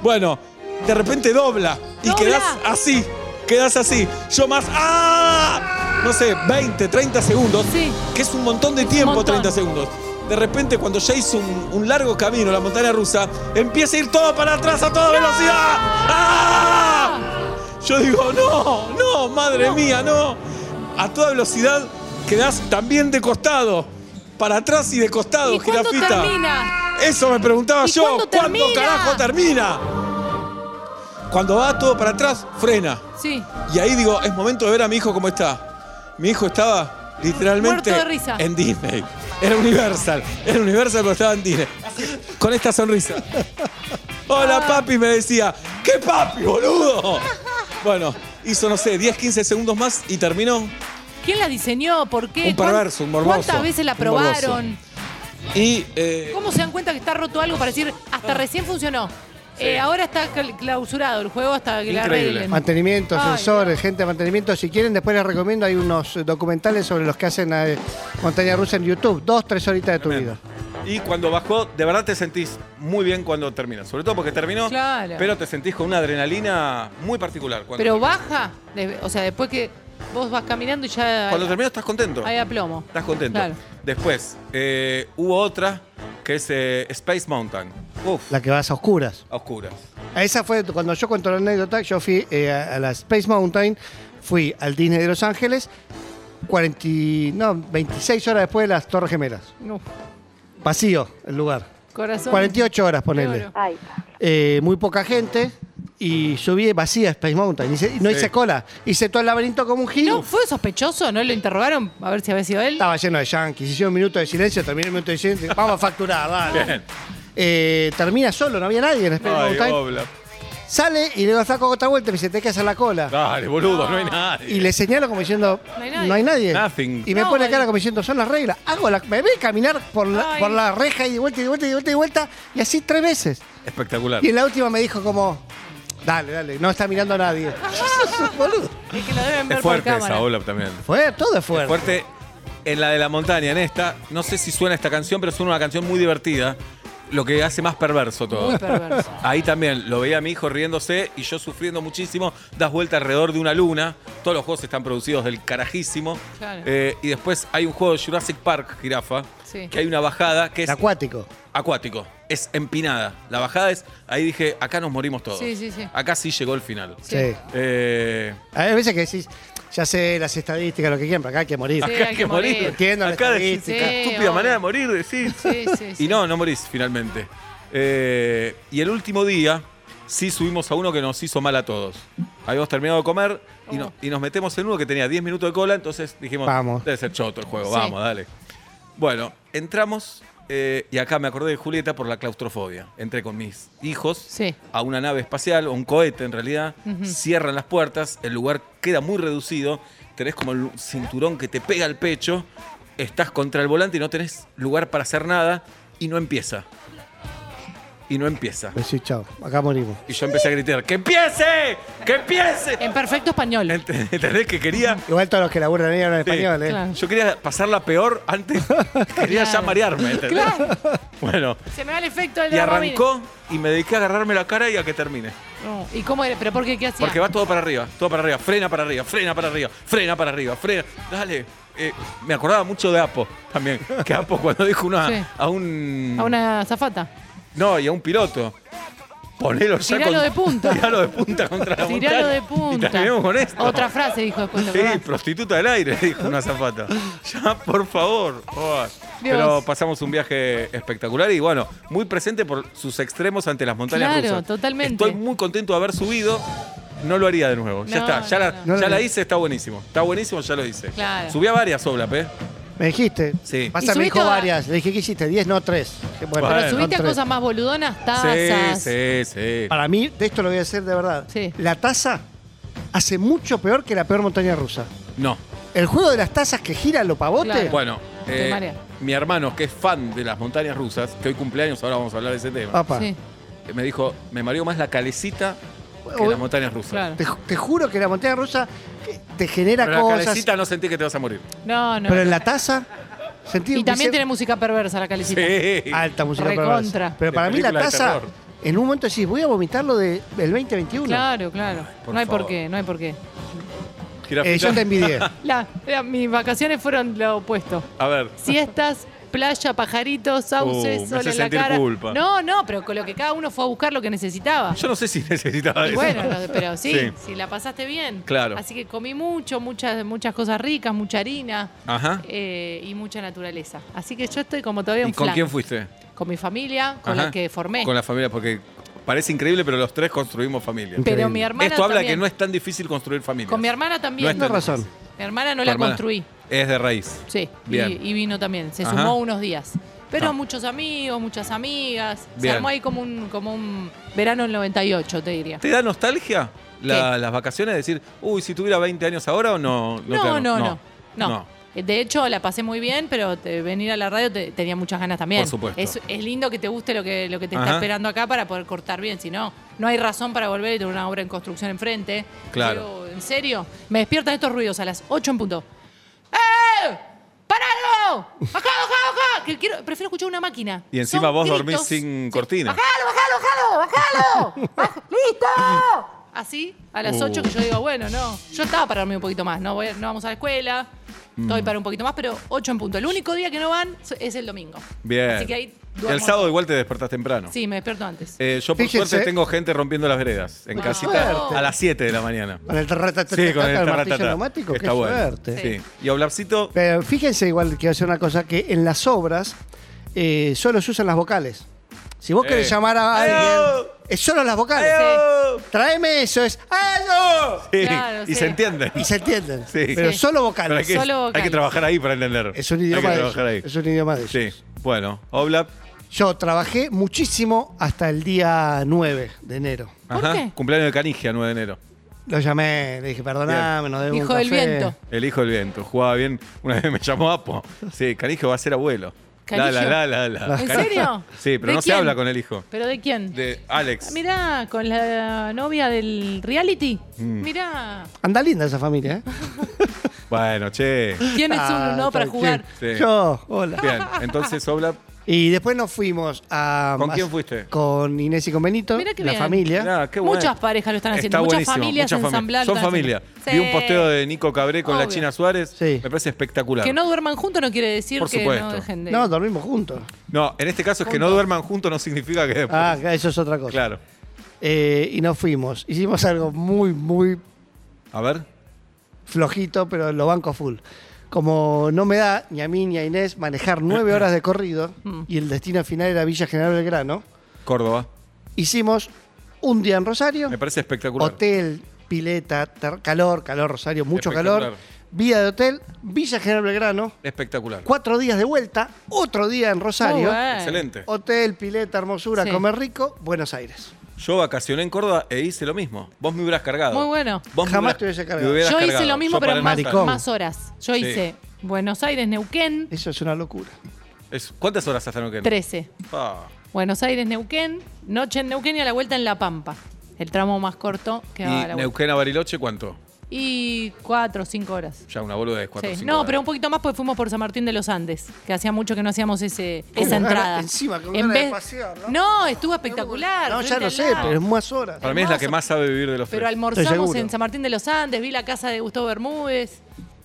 [SPEAKER 8] Bueno, de repente dobla y
[SPEAKER 5] Dobla.
[SPEAKER 8] quedás así. Quedás así. Yo más. ¡Ah! No sé, 20, 30 segundos.
[SPEAKER 5] Sí.
[SPEAKER 8] Que es un montón de tiempo,
[SPEAKER 5] montón.
[SPEAKER 8] 30 segundos. De repente, cuando ya hizo un, un largo camino la montaña rusa, empieza a ir todo para atrás a toda velocidad. ¡Ah! Yo digo, no, no, madre mía, no. A toda velocidad quedás también de costado. Para atrás y de costado,
[SPEAKER 5] ¿Y cuándo
[SPEAKER 8] jirafita.
[SPEAKER 5] termina?
[SPEAKER 8] Eso me preguntaba
[SPEAKER 5] ¿Y
[SPEAKER 8] yo.
[SPEAKER 5] cuándo termina?
[SPEAKER 8] carajo termina? Cuando va todo para atrás, frena.
[SPEAKER 5] Sí.
[SPEAKER 8] Y ahí digo, es momento de ver a mi hijo cómo está. Mi hijo estaba literalmente
[SPEAKER 5] Muerto de risa.
[SPEAKER 8] en Disney. Era Universal. Era Universal, pero estaba en Disney. Con esta sonrisa.
[SPEAKER 5] Ah.
[SPEAKER 8] Hola, papi, me decía. ¿Qué papi, boludo? Bueno, hizo, no sé, 10, 15 segundos más y terminó.
[SPEAKER 5] ¿Quién la diseñó? ¿Por qué?
[SPEAKER 8] Un perverso, un morboso,
[SPEAKER 5] ¿Cuántas veces la
[SPEAKER 8] un morboso.
[SPEAKER 5] probaron?
[SPEAKER 8] Y eh,
[SPEAKER 5] ¿Cómo se dan cuenta que está roto algo para decir, hasta recién funcionó? Eh, ahora está cl- clausurado el juego hasta que la
[SPEAKER 8] Increíble.
[SPEAKER 5] arreglen.
[SPEAKER 6] Mantenimiento,
[SPEAKER 5] Ay,
[SPEAKER 6] sensores, gente de mantenimiento. Si quieren, después les recomiendo. Hay unos eh, documentales sobre los que hacen eh, montaña rusa en YouTube. Dos, tres horitas de tu vida.
[SPEAKER 8] Y cuando bajó, de verdad te sentís muy bien cuando termina. Sobre todo porque terminó,
[SPEAKER 5] Claro.
[SPEAKER 8] pero te sentís con una adrenalina muy particular. Cuando,
[SPEAKER 5] Pero
[SPEAKER 8] termina.
[SPEAKER 5] baja, de- o sea, después que vos vas caminando y ya
[SPEAKER 8] cuando termina estás contento.
[SPEAKER 5] hay aplomo.
[SPEAKER 8] Estás contento.
[SPEAKER 5] Claro.
[SPEAKER 8] Después, eh, hubo otra que es eh, Space Mountain. Uf,
[SPEAKER 6] La que vas a oscuras.
[SPEAKER 8] a oscuras.
[SPEAKER 6] A Esa fue cuando yo cuento la anécdota. Yo fui eh, a, a la Space Mountain, fui al Disney de Los Ángeles, 40, y- no, 26 horas después de las Torres Gemelas.
[SPEAKER 5] No,
[SPEAKER 6] Vacío el lugar.
[SPEAKER 5] corazón.
[SPEAKER 6] 48 horas, ponele.
[SPEAKER 5] Claro.
[SPEAKER 6] Eh, muy poca gente. Y subí vacía a Space Mountain. Hice- y no
[SPEAKER 8] Sí.
[SPEAKER 6] hice cola. Hice todo el laberinto como un gil.
[SPEAKER 5] ¿No fue sospechoso? ¿No lo interrogaron? A ver si había sido él.
[SPEAKER 6] Estaba lleno de yankees. Hicieron un minuto de silencio, terminé un minuto de silencio. Vamos a facturar, dale.
[SPEAKER 8] Bien.
[SPEAKER 6] Eh, termina solo, no había nadie en Space
[SPEAKER 8] Ay,
[SPEAKER 6] Mountain.
[SPEAKER 8] obla.
[SPEAKER 6] Sale y le digo, flaco, otra vuelta. y Me dice, tenés que hacer la cola.
[SPEAKER 8] Dale, boludo, no hay nadie.
[SPEAKER 6] Y le señalo como diciendo,
[SPEAKER 5] No hay nadie.
[SPEAKER 6] no hay nadie.
[SPEAKER 8] Nothing.
[SPEAKER 6] Y me
[SPEAKER 5] No,
[SPEAKER 6] pone cara
[SPEAKER 5] eh.
[SPEAKER 6] como diciendo, son las reglas. Hago la, me ve caminar por la,
[SPEAKER 5] Ay.
[SPEAKER 6] por la reja y de vuelta y de vuelta y de vuelta y de vuelta. Y así tres veces.
[SPEAKER 8] Espectacular.
[SPEAKER 6] Y en la última me dijo como, dale, dale, no está mirando a nadie. Boludo.
[SPEAKER 5] Es que lo deben ver
[SPEAKER 8] Es fuerte
[SPEAKER 5] por cámara.
[SPEAKER 8] esa ola también.
[SPEAKER 6] Fue, todo es fuerte.
[SPEAKER 8] Fuerte en la de la montaña, en esta. No sé si suena esta canción, pero suena una canción muy divertida. Lo que hace más perverso todo.
[SPEAKER 5] Muy perverso.
[SPEAKER 8] Ahí también lo veía a mi hijo riéndose y yo sufriendo muchísimo. Das vuelta alrededor de una luna. Todos los juegos están producidos del carajísimo.
[SPEAKER 5] Claro.
[SPEAKER 8] Eh, y después hay un juego de Jurassic Park, jirafa,
[SPEAKER 5] Sí.
[SPEAKER 8] que hay una bajada que es
[SPEAKER 6] Acuático.
[SPEAKER 8] acuático. Es empinada. La bajada es. Ahí dije, acá nos morimos todos.
[SPEAKER 5] Sí, sí, sí.
[SPEAKER 8] Acá sí llegó el final.
[SPEAKER 6] Sí.
[SPEAKER 5] Sí.
[SPEAKER 8] Eh,
[SPEAKER 6] Hay veces que decís, ya sé las estadísticas, lo que quieran, pero acá hay que morir.
[SPEAKER 5] Sí,
[SPEAKER 8] acá
[SPEAKER 5] hay
[SPEAKER 8] hay
[SPEAKER 5] que
[SPEAKER 8] que morir.
[SPEAKER 5] morir.
[SPEAKER 6] Entiendo la
[SPEAKER 8] acá decís,
[SPEAKER 5] estadística.
[SPEAKER 8] "Qué
[SPEAKER 5] Sí,
[SPEAKER 8] estúpida
[SPEAKER 5] obvio.
[SPEAKER 8] manera de morir, decís.
[SPEAKER 5] Sí, sí, sí.
[SPEAKER 8] Y no, no morís finalmente. Eh, y el último día, sí subimos a uno que nos hizo mal a todos. Habíamos terminado de comer y,
[SPEAKER 5] Oh.
[SPEAKER 8] no- y nos metemos en uno que tenía 10 minutos de cola, entonces dijimos,
[SPEAKER 6] Vamos.
[SPEAKER 8] debe ser choto el juego,
[SPEAKER 5] Sí.
[SPEAKER 8] vamos, dale. Bueno, entramos eh, y acá me acordé de Julieta por la claustrofobia. Entré con mis hijos
[SPEAKER 5] Sí.
[SPEAKER 8] a una nave espacial o un cohete en realidad, cierran las puertas, el lugar queda muy reducido, tenés como el cinturón que te pega al pecho, estás contra el volante y no tenés lugar para hacer nada y no empieza. y no empieza.
[SPEAKER 6] Me decís, Pues chao, acá morimos.
[SPEAKER 8] Y yo empecé a gritar, ¡que empiece! ¡Que empiece!
[SPEAKER 5] En perfecto español.
[SPEAKER 8] Ent- ¿Entendés que quería?
[SPEAKER 6] Igual todos los que laburan ahí hablan
[SPEAKER 8] Sí.
[SPEAKER 6] español, ¿eh?
[SPEAKER 5] Claro.
[SPEAKER 8] Yo quería pasarla peor antes. Quería ya
[SPEAKER 5] Claro.
[SPEAKER 8] marearme, ¿entendés?
[SPEAKER 5] Claro.
[SPEAKER 8] Bueno,
[SPEAKER 5] Se me da el efecto del
[SPEAKER 8] y
[SPEAKER 5] drama,
[SPEAKER 8] arrancó y me dediqué a agarrarme la cara y a que termine.
[SPEAKER 5] mire. No, ¿Y cómo era? ¿Pero por qué? ¿Qué hacía?
[SPEAKER 8] Porque va todo para arriba, todo para arriba, frena para arriba, frena para arriba, frena para arriba, frena. Dale. Eh, me acordaba mucho de Apo también. Que Apo cuando dijo una,
[SPEAKER 5] Sí.
[SPEAKER 8] a un.
[SPEAKER 5] A una zafata.
[SPEAKER 8] No, y a un piloto. Ponelo ya
[SPEAKER 5] Tiralo
[SPEAKER 8] con-
[SPEAKER 5] de punta.
[SPEAKER 8] Tiralo de punta contra la
[SPEAKER 5] Tiralo
[SPEAKER 8] montaña.
[SPEAKER 5] de punta.
[SPEAKER 8] Y terminemos con esto.
[SPEAKER 5] Otra frase dijo después. ¿te
[SPEAKER 8] Sí,
[SPEAKER 5] acordás?
[SPEAKER 8] prostituta del aire, dijo una zapata. Ya, por favor. Oh. Pero pasamos un viaje espectacular y bueno, muy presente por sus extremos ante las montañas
[SPEAKER 5] Claro,
[SPEAKER 8] rusas.
[SPEAKER 5] totalmente.
[SPEAKER 8] Estoy muy contento de haber subido. No lo haría de nuevo.
[SPEAKER 5] No,
[SPEAKER 8] ya está, ya,
[SPEAKER 5] no,
[SPEAKER 8] la,
[SPEAKER 6] no.
[SPEAKER 8] ya
[SPEAKER 6] No,
[SPEAKER 8] la
[SPEAKER 6] no.
[SPEAKER 8] hice, está buenísimo. Está buenísimo, ya lo hice.
[SPEAKER 5] Claro.
[SPEAKER 8] Subí a varias obras, ¿eh?
[SPEAKER 6] Me dijiste.
[SPEAKER 8] Sí.
[SPEAKER 5] Y
[SPEAKER 6] Pasa, me
[SPEAKER 5] subí
[SPEAKER 6] dijo
[SPEAKER 5] toda-
[SPEAKER 6] varias. Le dije, ¿qué hiciste? 10, no 3.
[SPEAKER 8] Bueno.
[SPEAKER 5] Pero subiste a cosas más boludonas, tazas.
[SPEAKER 8] Sí, sí, sí.
[SPEAKER 6] Para mí, de esto lo voy a hacer de verdad.
[SPEAKER 5] Sí.
[SPEAKER 6] La taza hace mucho peor que la peor montaña rusa.
[SPEAKER 8] No.
[SPEAKER 6] El juego de las tazas que giran los pavotes.
[SPEAKER 5] Claro.
[SPEAKER 8] Bueno,
[SPEAKER 5] Te
[SPEAKER 8] eh,
[SPEAKER 5] marea.
[SPEAKER 8] mi hermano, que es fan de las montañas rusas, que hoy cumpleaños, ahora vamos a hablar de ese tema,
[SPEAKER 6] Apa,
[SPEAKER 5] Sí,
[SPEAKER 8] eh, me dijo, me mareó más la calecita que
[SPEAKER 6] Uy.
[SPEAKER 8] las montañas rusas.
[SPEAKER 5] claro.
[SPEAKER 6] te, ju- te juro que la montaña rusa eh, te genera
[SPEAKER 8] Pero la
[SPEAKER 6] cosas.
[SPEAKER 8] calecita no sentí que te vas a morir.
[SPEAKER 5] No, no.
[SPEAKER 6] Pero en la taza, sentí
[SPEAKER 5] y
[SPEAKER 6] un
[SPEAKER 5] también
[SPEAKER 6] placer-
[SPEAKER 5] tiene música perversa la calecita.
[SPEAKER 8] Sí.
[SPEAKER 6] alta música
[SPEAKER 5] Recontra.
[SPEAKER 6] perversa. Pero
[SPEAKER 8] De
[SPEAKER 6] para mí la
[SPEAKER 8] película de
[SPEAKER 6] taza,
[SPEAKER 8] terror.
[SPEAKER 6] en un momento decís, voy a vomitar lo de- del 2021.
[SPEAKER 5] Claro, claro.
[SPEAKER 8] por
[SPEAKER 5] no hay
[SPEAKER 8] favor.
[SPEAKER 5] por qué, no hay por qué.
[SPEAKER 8] Jirafita.
[SPEAKER 6] Eh, yo te envidié.
[SPEAKER 5] La- la- mis vacaciones fueron lo opuesto.
[SPEAKER 8] A ver.
[SPEAKER 5] Siestas, playa, pajaritos, sauces,
[SPEAKER 8] Uh, me
[SPEAKER 5] sol
[SPEAKER 8] hace
[SPEAKER 5] en la
[SPEAKER 8] sentir
[SPEAKER 5] cara.
[SPEAKER 8] culpa.
[SPEAKER 5] No, no, pero con lo que cada uno fue a buscar lo que necesitaba.
[SPEAKER 8] Yo no sé si necesitaba
[SPEAKER 5] Y
[SPEAKER 8] eso.
[SPEAKER 5] bueno, no, pero sí,
[SPEAKER 8] Sí.
[SPEAKER 5] si la pasaste bien.
[SPEAKER 8] Claro.
[SPEAKER 5] Así que comí mucho, muchas, muchas cosas ricas, mucha harina
[SPEAKER 8] Ajá.
[SPEAKER 5] eh, y mucha naturaleza. Así que yo estoy como todavía
[SPEAKER 8] ¿Y
[SPEAKER 5] un
[SPEAKER 8] con
[SPEAKER 5] flan.
[SPEAKER 8] quién fuiste?
[SPEAKER 5] Con mi familia, con
[SPEAKER 8] Ajá.
[SPEAKER 5] la que formé.
[SPEAKER 8] Con la familia, porque parece increíble, pero los tres construimos familia.
[SPEAKER 6] Con
[SPEAKER 5] Pero
[SPEAKER 6] Increíble.
[SPEAKER 5] mi hermana
[SPEAKER 8] Esto habla
[SPEAKER 5] también.
[SPEAKER 8] que no es tan difícil construir familia.
[SPEAKER 5] Con mi hermana también.
[SPEAKER 8] No
[SPEAKER 6] Tienes razón.
[SPEAKER 5] Mi hermana no
[SPEAKER 8] Tu
[SPEAKER 5] la
[SPEAKER 8] hermana.
[SPEAKER 5] construí.
[SPEAKER 8] Es de raíz.
[SPEAKER 5] Sí, y,
[SPEAKER 8] Bien.
[SPEAKER 5] y vino también. Se
[SPEAKER 8] Ajá.
[SPEAKER 5] sumó unos días. Pero
[SPEAKER 8] Ah.
[SPEAKER 5] muchos amigos, muchas amigas.
[SPEAKER 8] Bien.
[SPEAKER 5] Se armó ahí como un, como un verano del 98, te diría.
[SPEAKER 8] ¿Te da nostalgia la- las vacaciones? Decir, uy, si tuviera 20 años ahora o no.
[SPEAKER 5] No,
[SPEAKER 8] te-
[SPEAKER 5] no, no, no. Eh, De hecho, la pasé muy bien, pero te- venir a la radio te- tenía muchas ganas también.
[SPEAKER 8] Por supuesto.
[SPEAKER 5] Es, es lindo que te guste lo que, lo que te está
[SPEAKER 8] Ajá.
[SPEAKER 5] esperando acá para poder cortar bien. Si no, no hay razón para volver y tener una obra en construcción enfrente.
[SPEAKER 8] Claro.
[SPEAKER 5] Digo, en serio, me despiertan estos ruidos a las 8 en punto. ¡Eh! ¡Paralo! ¡Bajá, bajá, bajá! Que quiero, prefiero escuchar una máquina.
[SPEAKER 8] Y encima
[SPEAKER 5] Son
[SPEAKER 8] vos
[SPEAKER 5] gritos.
[SPEAKER 8] dormís sin
[SPEAKER 5] Sí.
[SPEAKER 8] cortina.
[SPEAKER 5] ¡Bajalo, bajalo, bajalo! Baj- ¡Listo! Así, a las
[SPEAKER 8] Uh.
[SPEAKER 5] 8 que yo digo, bueno, no. Yo estaba para dormir un poquito más, no, voy- no vamos a la escuela,
[SPEAKER 8] Mm.
[SPEAKER 5] estoy para un poquito más, pero 8 en punto. El único día que no van so- es el domingo.
[SPEAKER 8] Bien.
[SPEAKER 5] Así que ahí duermo.
[SPEAKER 8] El sábado igual te despertás temprano.
[SPEAKER 5] Sí, me despierto antes.
[SPEAKER 8] Eh, yo por
[SPEAKER 6] Fíjense. Ah,
[SPEAKER 8] suerte tengo gente rompiendo las veredas en
[SPEAKER 5] Por
[SPEAKER 8] casita
[SPEAKER 5] suerte.
[SPEAKER 8] a las 7 de la mañana.
[SPEAKER 6] Con el tarratata,
[SPEAKER 8] Sí, con el
[SPEAKER 6] martillo
[SPEAKER 8] tarratata.
[SPEAKER 6] neumático, qué
[SPEAKER 8] Está bueno.
[SPEAKER 6] suerte.
[SPEAKER 8] Sí. Y Oblapsito,
[SPEAKER 6] Pero fíjense igual que hace una cosa, que en las obras eh, solo se usan las vocales. Si vos
[SPEAKER 8] Eh.
[SPEAKER 6] querés llamar a
[SPEAKER 8] ¡Ayo!
[SPEAKER 6] alguien, es solo las vocales.
[SPEAKER 8] ¡Ayo!
[SPEAKER 6] Traeme eso, es ¡Ayo!
[SPEAKER 8] Sí,
[SPEAKER 5] Claro,
[SPEAKER 8] y
[SPEAKER 5] sí.
[SPEAKER 8] se entiende.
[SPEAKER 6] Y se entienden.
[SPEAKER 8] Sí.
[SPEAKER 6] Pero
[SPEAKER 5] Sí.
[SPEAKER 6] solo
[SPEAKER 8] Pero hay,
[SPEAKER 6] vocales.
[SPEAKER 8] que,
[SPEAKER 5] Solo
[SPEAKER 8] hay
[SPEAKER 5] vocales.
[SPEAKER 8] que trabajar ahí para entender.
[SPEAKER 6] Es un
[SPEAKER 8] Hay
[SPEAKER 6] idioma
[SPEAKER 8] que
[SPEAKER 6] de
[SPEAKER 8] trabajar ahí.
[SPEAKER 6] ellos. Es un idioma de
[SPEAKER 8] Sí.
[SPEAKER 6] ellos.
[SPEAKER 8] Bueno, Oblap.
[SPEAKER 6] Yo trabajé muchísimo hasta el día 9 de enero.
[SPEAKER 5] ¿Por qué?
[SPEAKER 8] Cumpleaños de Canigia, 9 de enero.
[SPEAKER 6] Lo llamé, le dije, perdoname, nos debo un
[SPEAKER 5] Hijo del
[SPEAKER 6] café".
[SPEAKER 5] viento.
[SPEAKER 8] El hijo del viento. Jugaba bien. Una vez me llamó Apo. Sí, Canigio va a ser abuelo. La, la,
[SPEAKER 5] ¿Canigio?
[SPEAKER 8] la, la, la.
[SPEAKER 5] ¿En
[SPEAKER 8] Canigio.
[SPEAKER 5] serio?
[SPEAKER 8] Sí, pero
[SPEAKER 5] ¿De
[SPEAKER 8] no se
[SPEAKER 5] quién?
[SPEAKER 8] habla con el hijo.
[SPEAKER 5] ¿Pero de quién?
[SPEAKER 8] De Alex.
[SPEAKER 5] Ah, Mirá, con la novia del reality.
[SPEAKER 8] Mm.
[SPEAKER 5] Mirá.
[SPEAKER 6] Anda linda esa familia, ¿eh?
[SPEAKER 8] Bueno, che.
[SPEAKER 5] ¿Quién es uno
[SPEAKER 6] Ah,
[SPEAKER 5] no para
[SPEAKER 6] tranquilo.
[SPEAKER 5] jugar?
[SPEAKER 8] Sí.
[SPEAKER 6] Yo, hola.
[SPEAKER 8] Bien, entonces Oblap.
[SPEAKER 6] Y después nos fuimos a.
[SPEAKER 8] ¿Con quién
[SPEAKER 6] a-
[SPEAKER 8] fuiste?
[SPEAKER 6] Con Inés y con Benito,
[SPEAKER 5] Mirá qué
[SPEAKER 6] la
[SPEAKER 5] bien.
[SPEAKER 6] familia.
[SPEAKER 8] Mirá, qué bueno.
[SPEAKER 5] Muchas parejas lo están haciendo,
[SPEAKER 8] Está
[SPEAKER 5] muchas
[SPEAKER 8] buenísimo,
[SPEAKER 5] familias
[SPEAKER 8] muchas fami-
[SPEAKER 5] ensambladas. lo
[SPEAKER 8] Son
[SPEAKER 5] están haciendo.
[SPEAKER 8] familia. Vi un
[SPEAKER 5] Sí.
[SPEAKER 8] posteo de Nico Cabré con la
[SPEAKER 5] Obvio.
[SPEAKER 8] China Suárez.
[SPEAKER 6] Sí.
[SPEAKER 8] Me parece espectacular.
[SPEAKER 5] Que no duerman juntos no quiere decir
[SPEAKER 8] Por
[SPEAKER 5] que
[SPEAKER 8] supuesto.
[SPEAKER 5] no dejen de.
[SPEAKER 6] No, dormimos juntos.
[SPEAKER 8] No, en este caso es que no duerman juntos no significa que después.
[SPEAKER 6] Ah, eso es otra cosa.
[SPEAKER 8] Claro.
[SPEAKER 6] Eh, y nos fuimos. Hicimos algo muy, muy
[SPEAKER 8] A ver.
[SPEAKER 6] flojito, pero lo banco full. Como no me da ni a mí ni a Inés manejar nueve horas de corrido
[SPEAKER 5] Mm.
[SPEAKER 6] y el destino final era Villa General Belgrano,
[SPEAKER 8] Córdoba.
[SPEAKER 6] hicimos un día en Rosario,
[SPEAKER 8] Me parece espectacular.
[SPEAKER 6] hotel, pileta, ter- calor, calor, Rosario, mucho
[SPEAKER 8] Espectacular.
[SPEAKER 6] calor, vía de hotel, Villa General Belgrano,
[SPEAKER 8] Espectacular.
[SPEAKER 6] cuatro días de vuelta, otro día en
[SPEAKER 5] Muy
[SPEAKER 6] Rosario,
[SPEAKER 5] bueno.
[SPEAKER 8] Excelente.
[SPEAKER 6] hotel, pileta, hermosura,
[SPEAKER 5] Sí.
[SPEAKER 6] comer rico, Buenos Aires.
[SPEAKER 8] Yo vacacioné en Córdoba e hice lo mismo. Vos me hubieras cargado.
[SPEAKER 5] Muy bueno.
[SPEAKER 8] Vos me
[SPEAKER 6] Jamás
[SPEAKER 8] hubieras-
[SPEAKER 6] te hubiese cargado.
[SPEAKER 8] me hubieras
[SPEAKER 5] Yo hice
[SPEAKER 8] cargado.
[SPEAKER 5] lo mismo,
[SPEAKER 8] Yo para
[SPEAKER 5] pero más,
[SPEAKER 8] Natal.
[SPEAKER 6] Maricón.
[SPEAKER 5] más horas. Yo
[SPEAKER 8] Sí.
[SPEAKER 5] hice Buenos Aires, Neuquén,
[SPEAKER 6] Eso es una locura.
[SPEAKER 8] Es- ¿Cuántas horas hasta no que
[SPEAKER 5] 13.
[SPEAKER 8] Ah,
[SPEAKER 5] Buenos Aires, Neuquén, noche en Neuquén y a la vuelta en La Pampa. El tramo más corto que va a
[SPEAKER 8] ¿Y
[SPEAKER 5] la vuelta.
[SPEAKER 8] Neuquén a Bariloche cuánto?
[SPEAKER 5] Y cuatro o cinco horas.
[SPEAKER 8] Ya una boluda de cuatro
[SPEAKER 5] Sí.
[SPEAKER 8] o cinco
[SPEAKER 5] No,
[SPEAKER 8] horas.
[SPEAKER 5] pero un poquito más porque fuimos por San Martín de los Andes, que hacía mucho que no hacíamos ese,
[SPEAKER 6] ganas-
[SPEAKER 5] esa entrada.
[SPEAKER 6] encima, con ganas de pasear, ¿no?
[SPEAKER 5] estuvo espectacular.
[SPEAKER 6] No, ya
[SPEAKER 5] frente
[SPEAKER 6] lo
[SPEAKER 5] al
[SPEAKER 6] sé,
[SPEAKER 5] lago.
[SPEAKER 6] pero es más horas.
[SPEAKER 8] Para mí es la
[SPEAKER 5] hermoso.
[SPEAKER 8] que más sabe vivir de los
[SPEAKER 5] Pero
[SPEAKER 8] tres.
[SPEAKER 6] Estoy
[SPEAKER 5] almorzamos
[SPEAKER 6] seguro.
[SPEAKER 5] en San Martín de los Andes, vi la casa de Gustavo Bermúdez.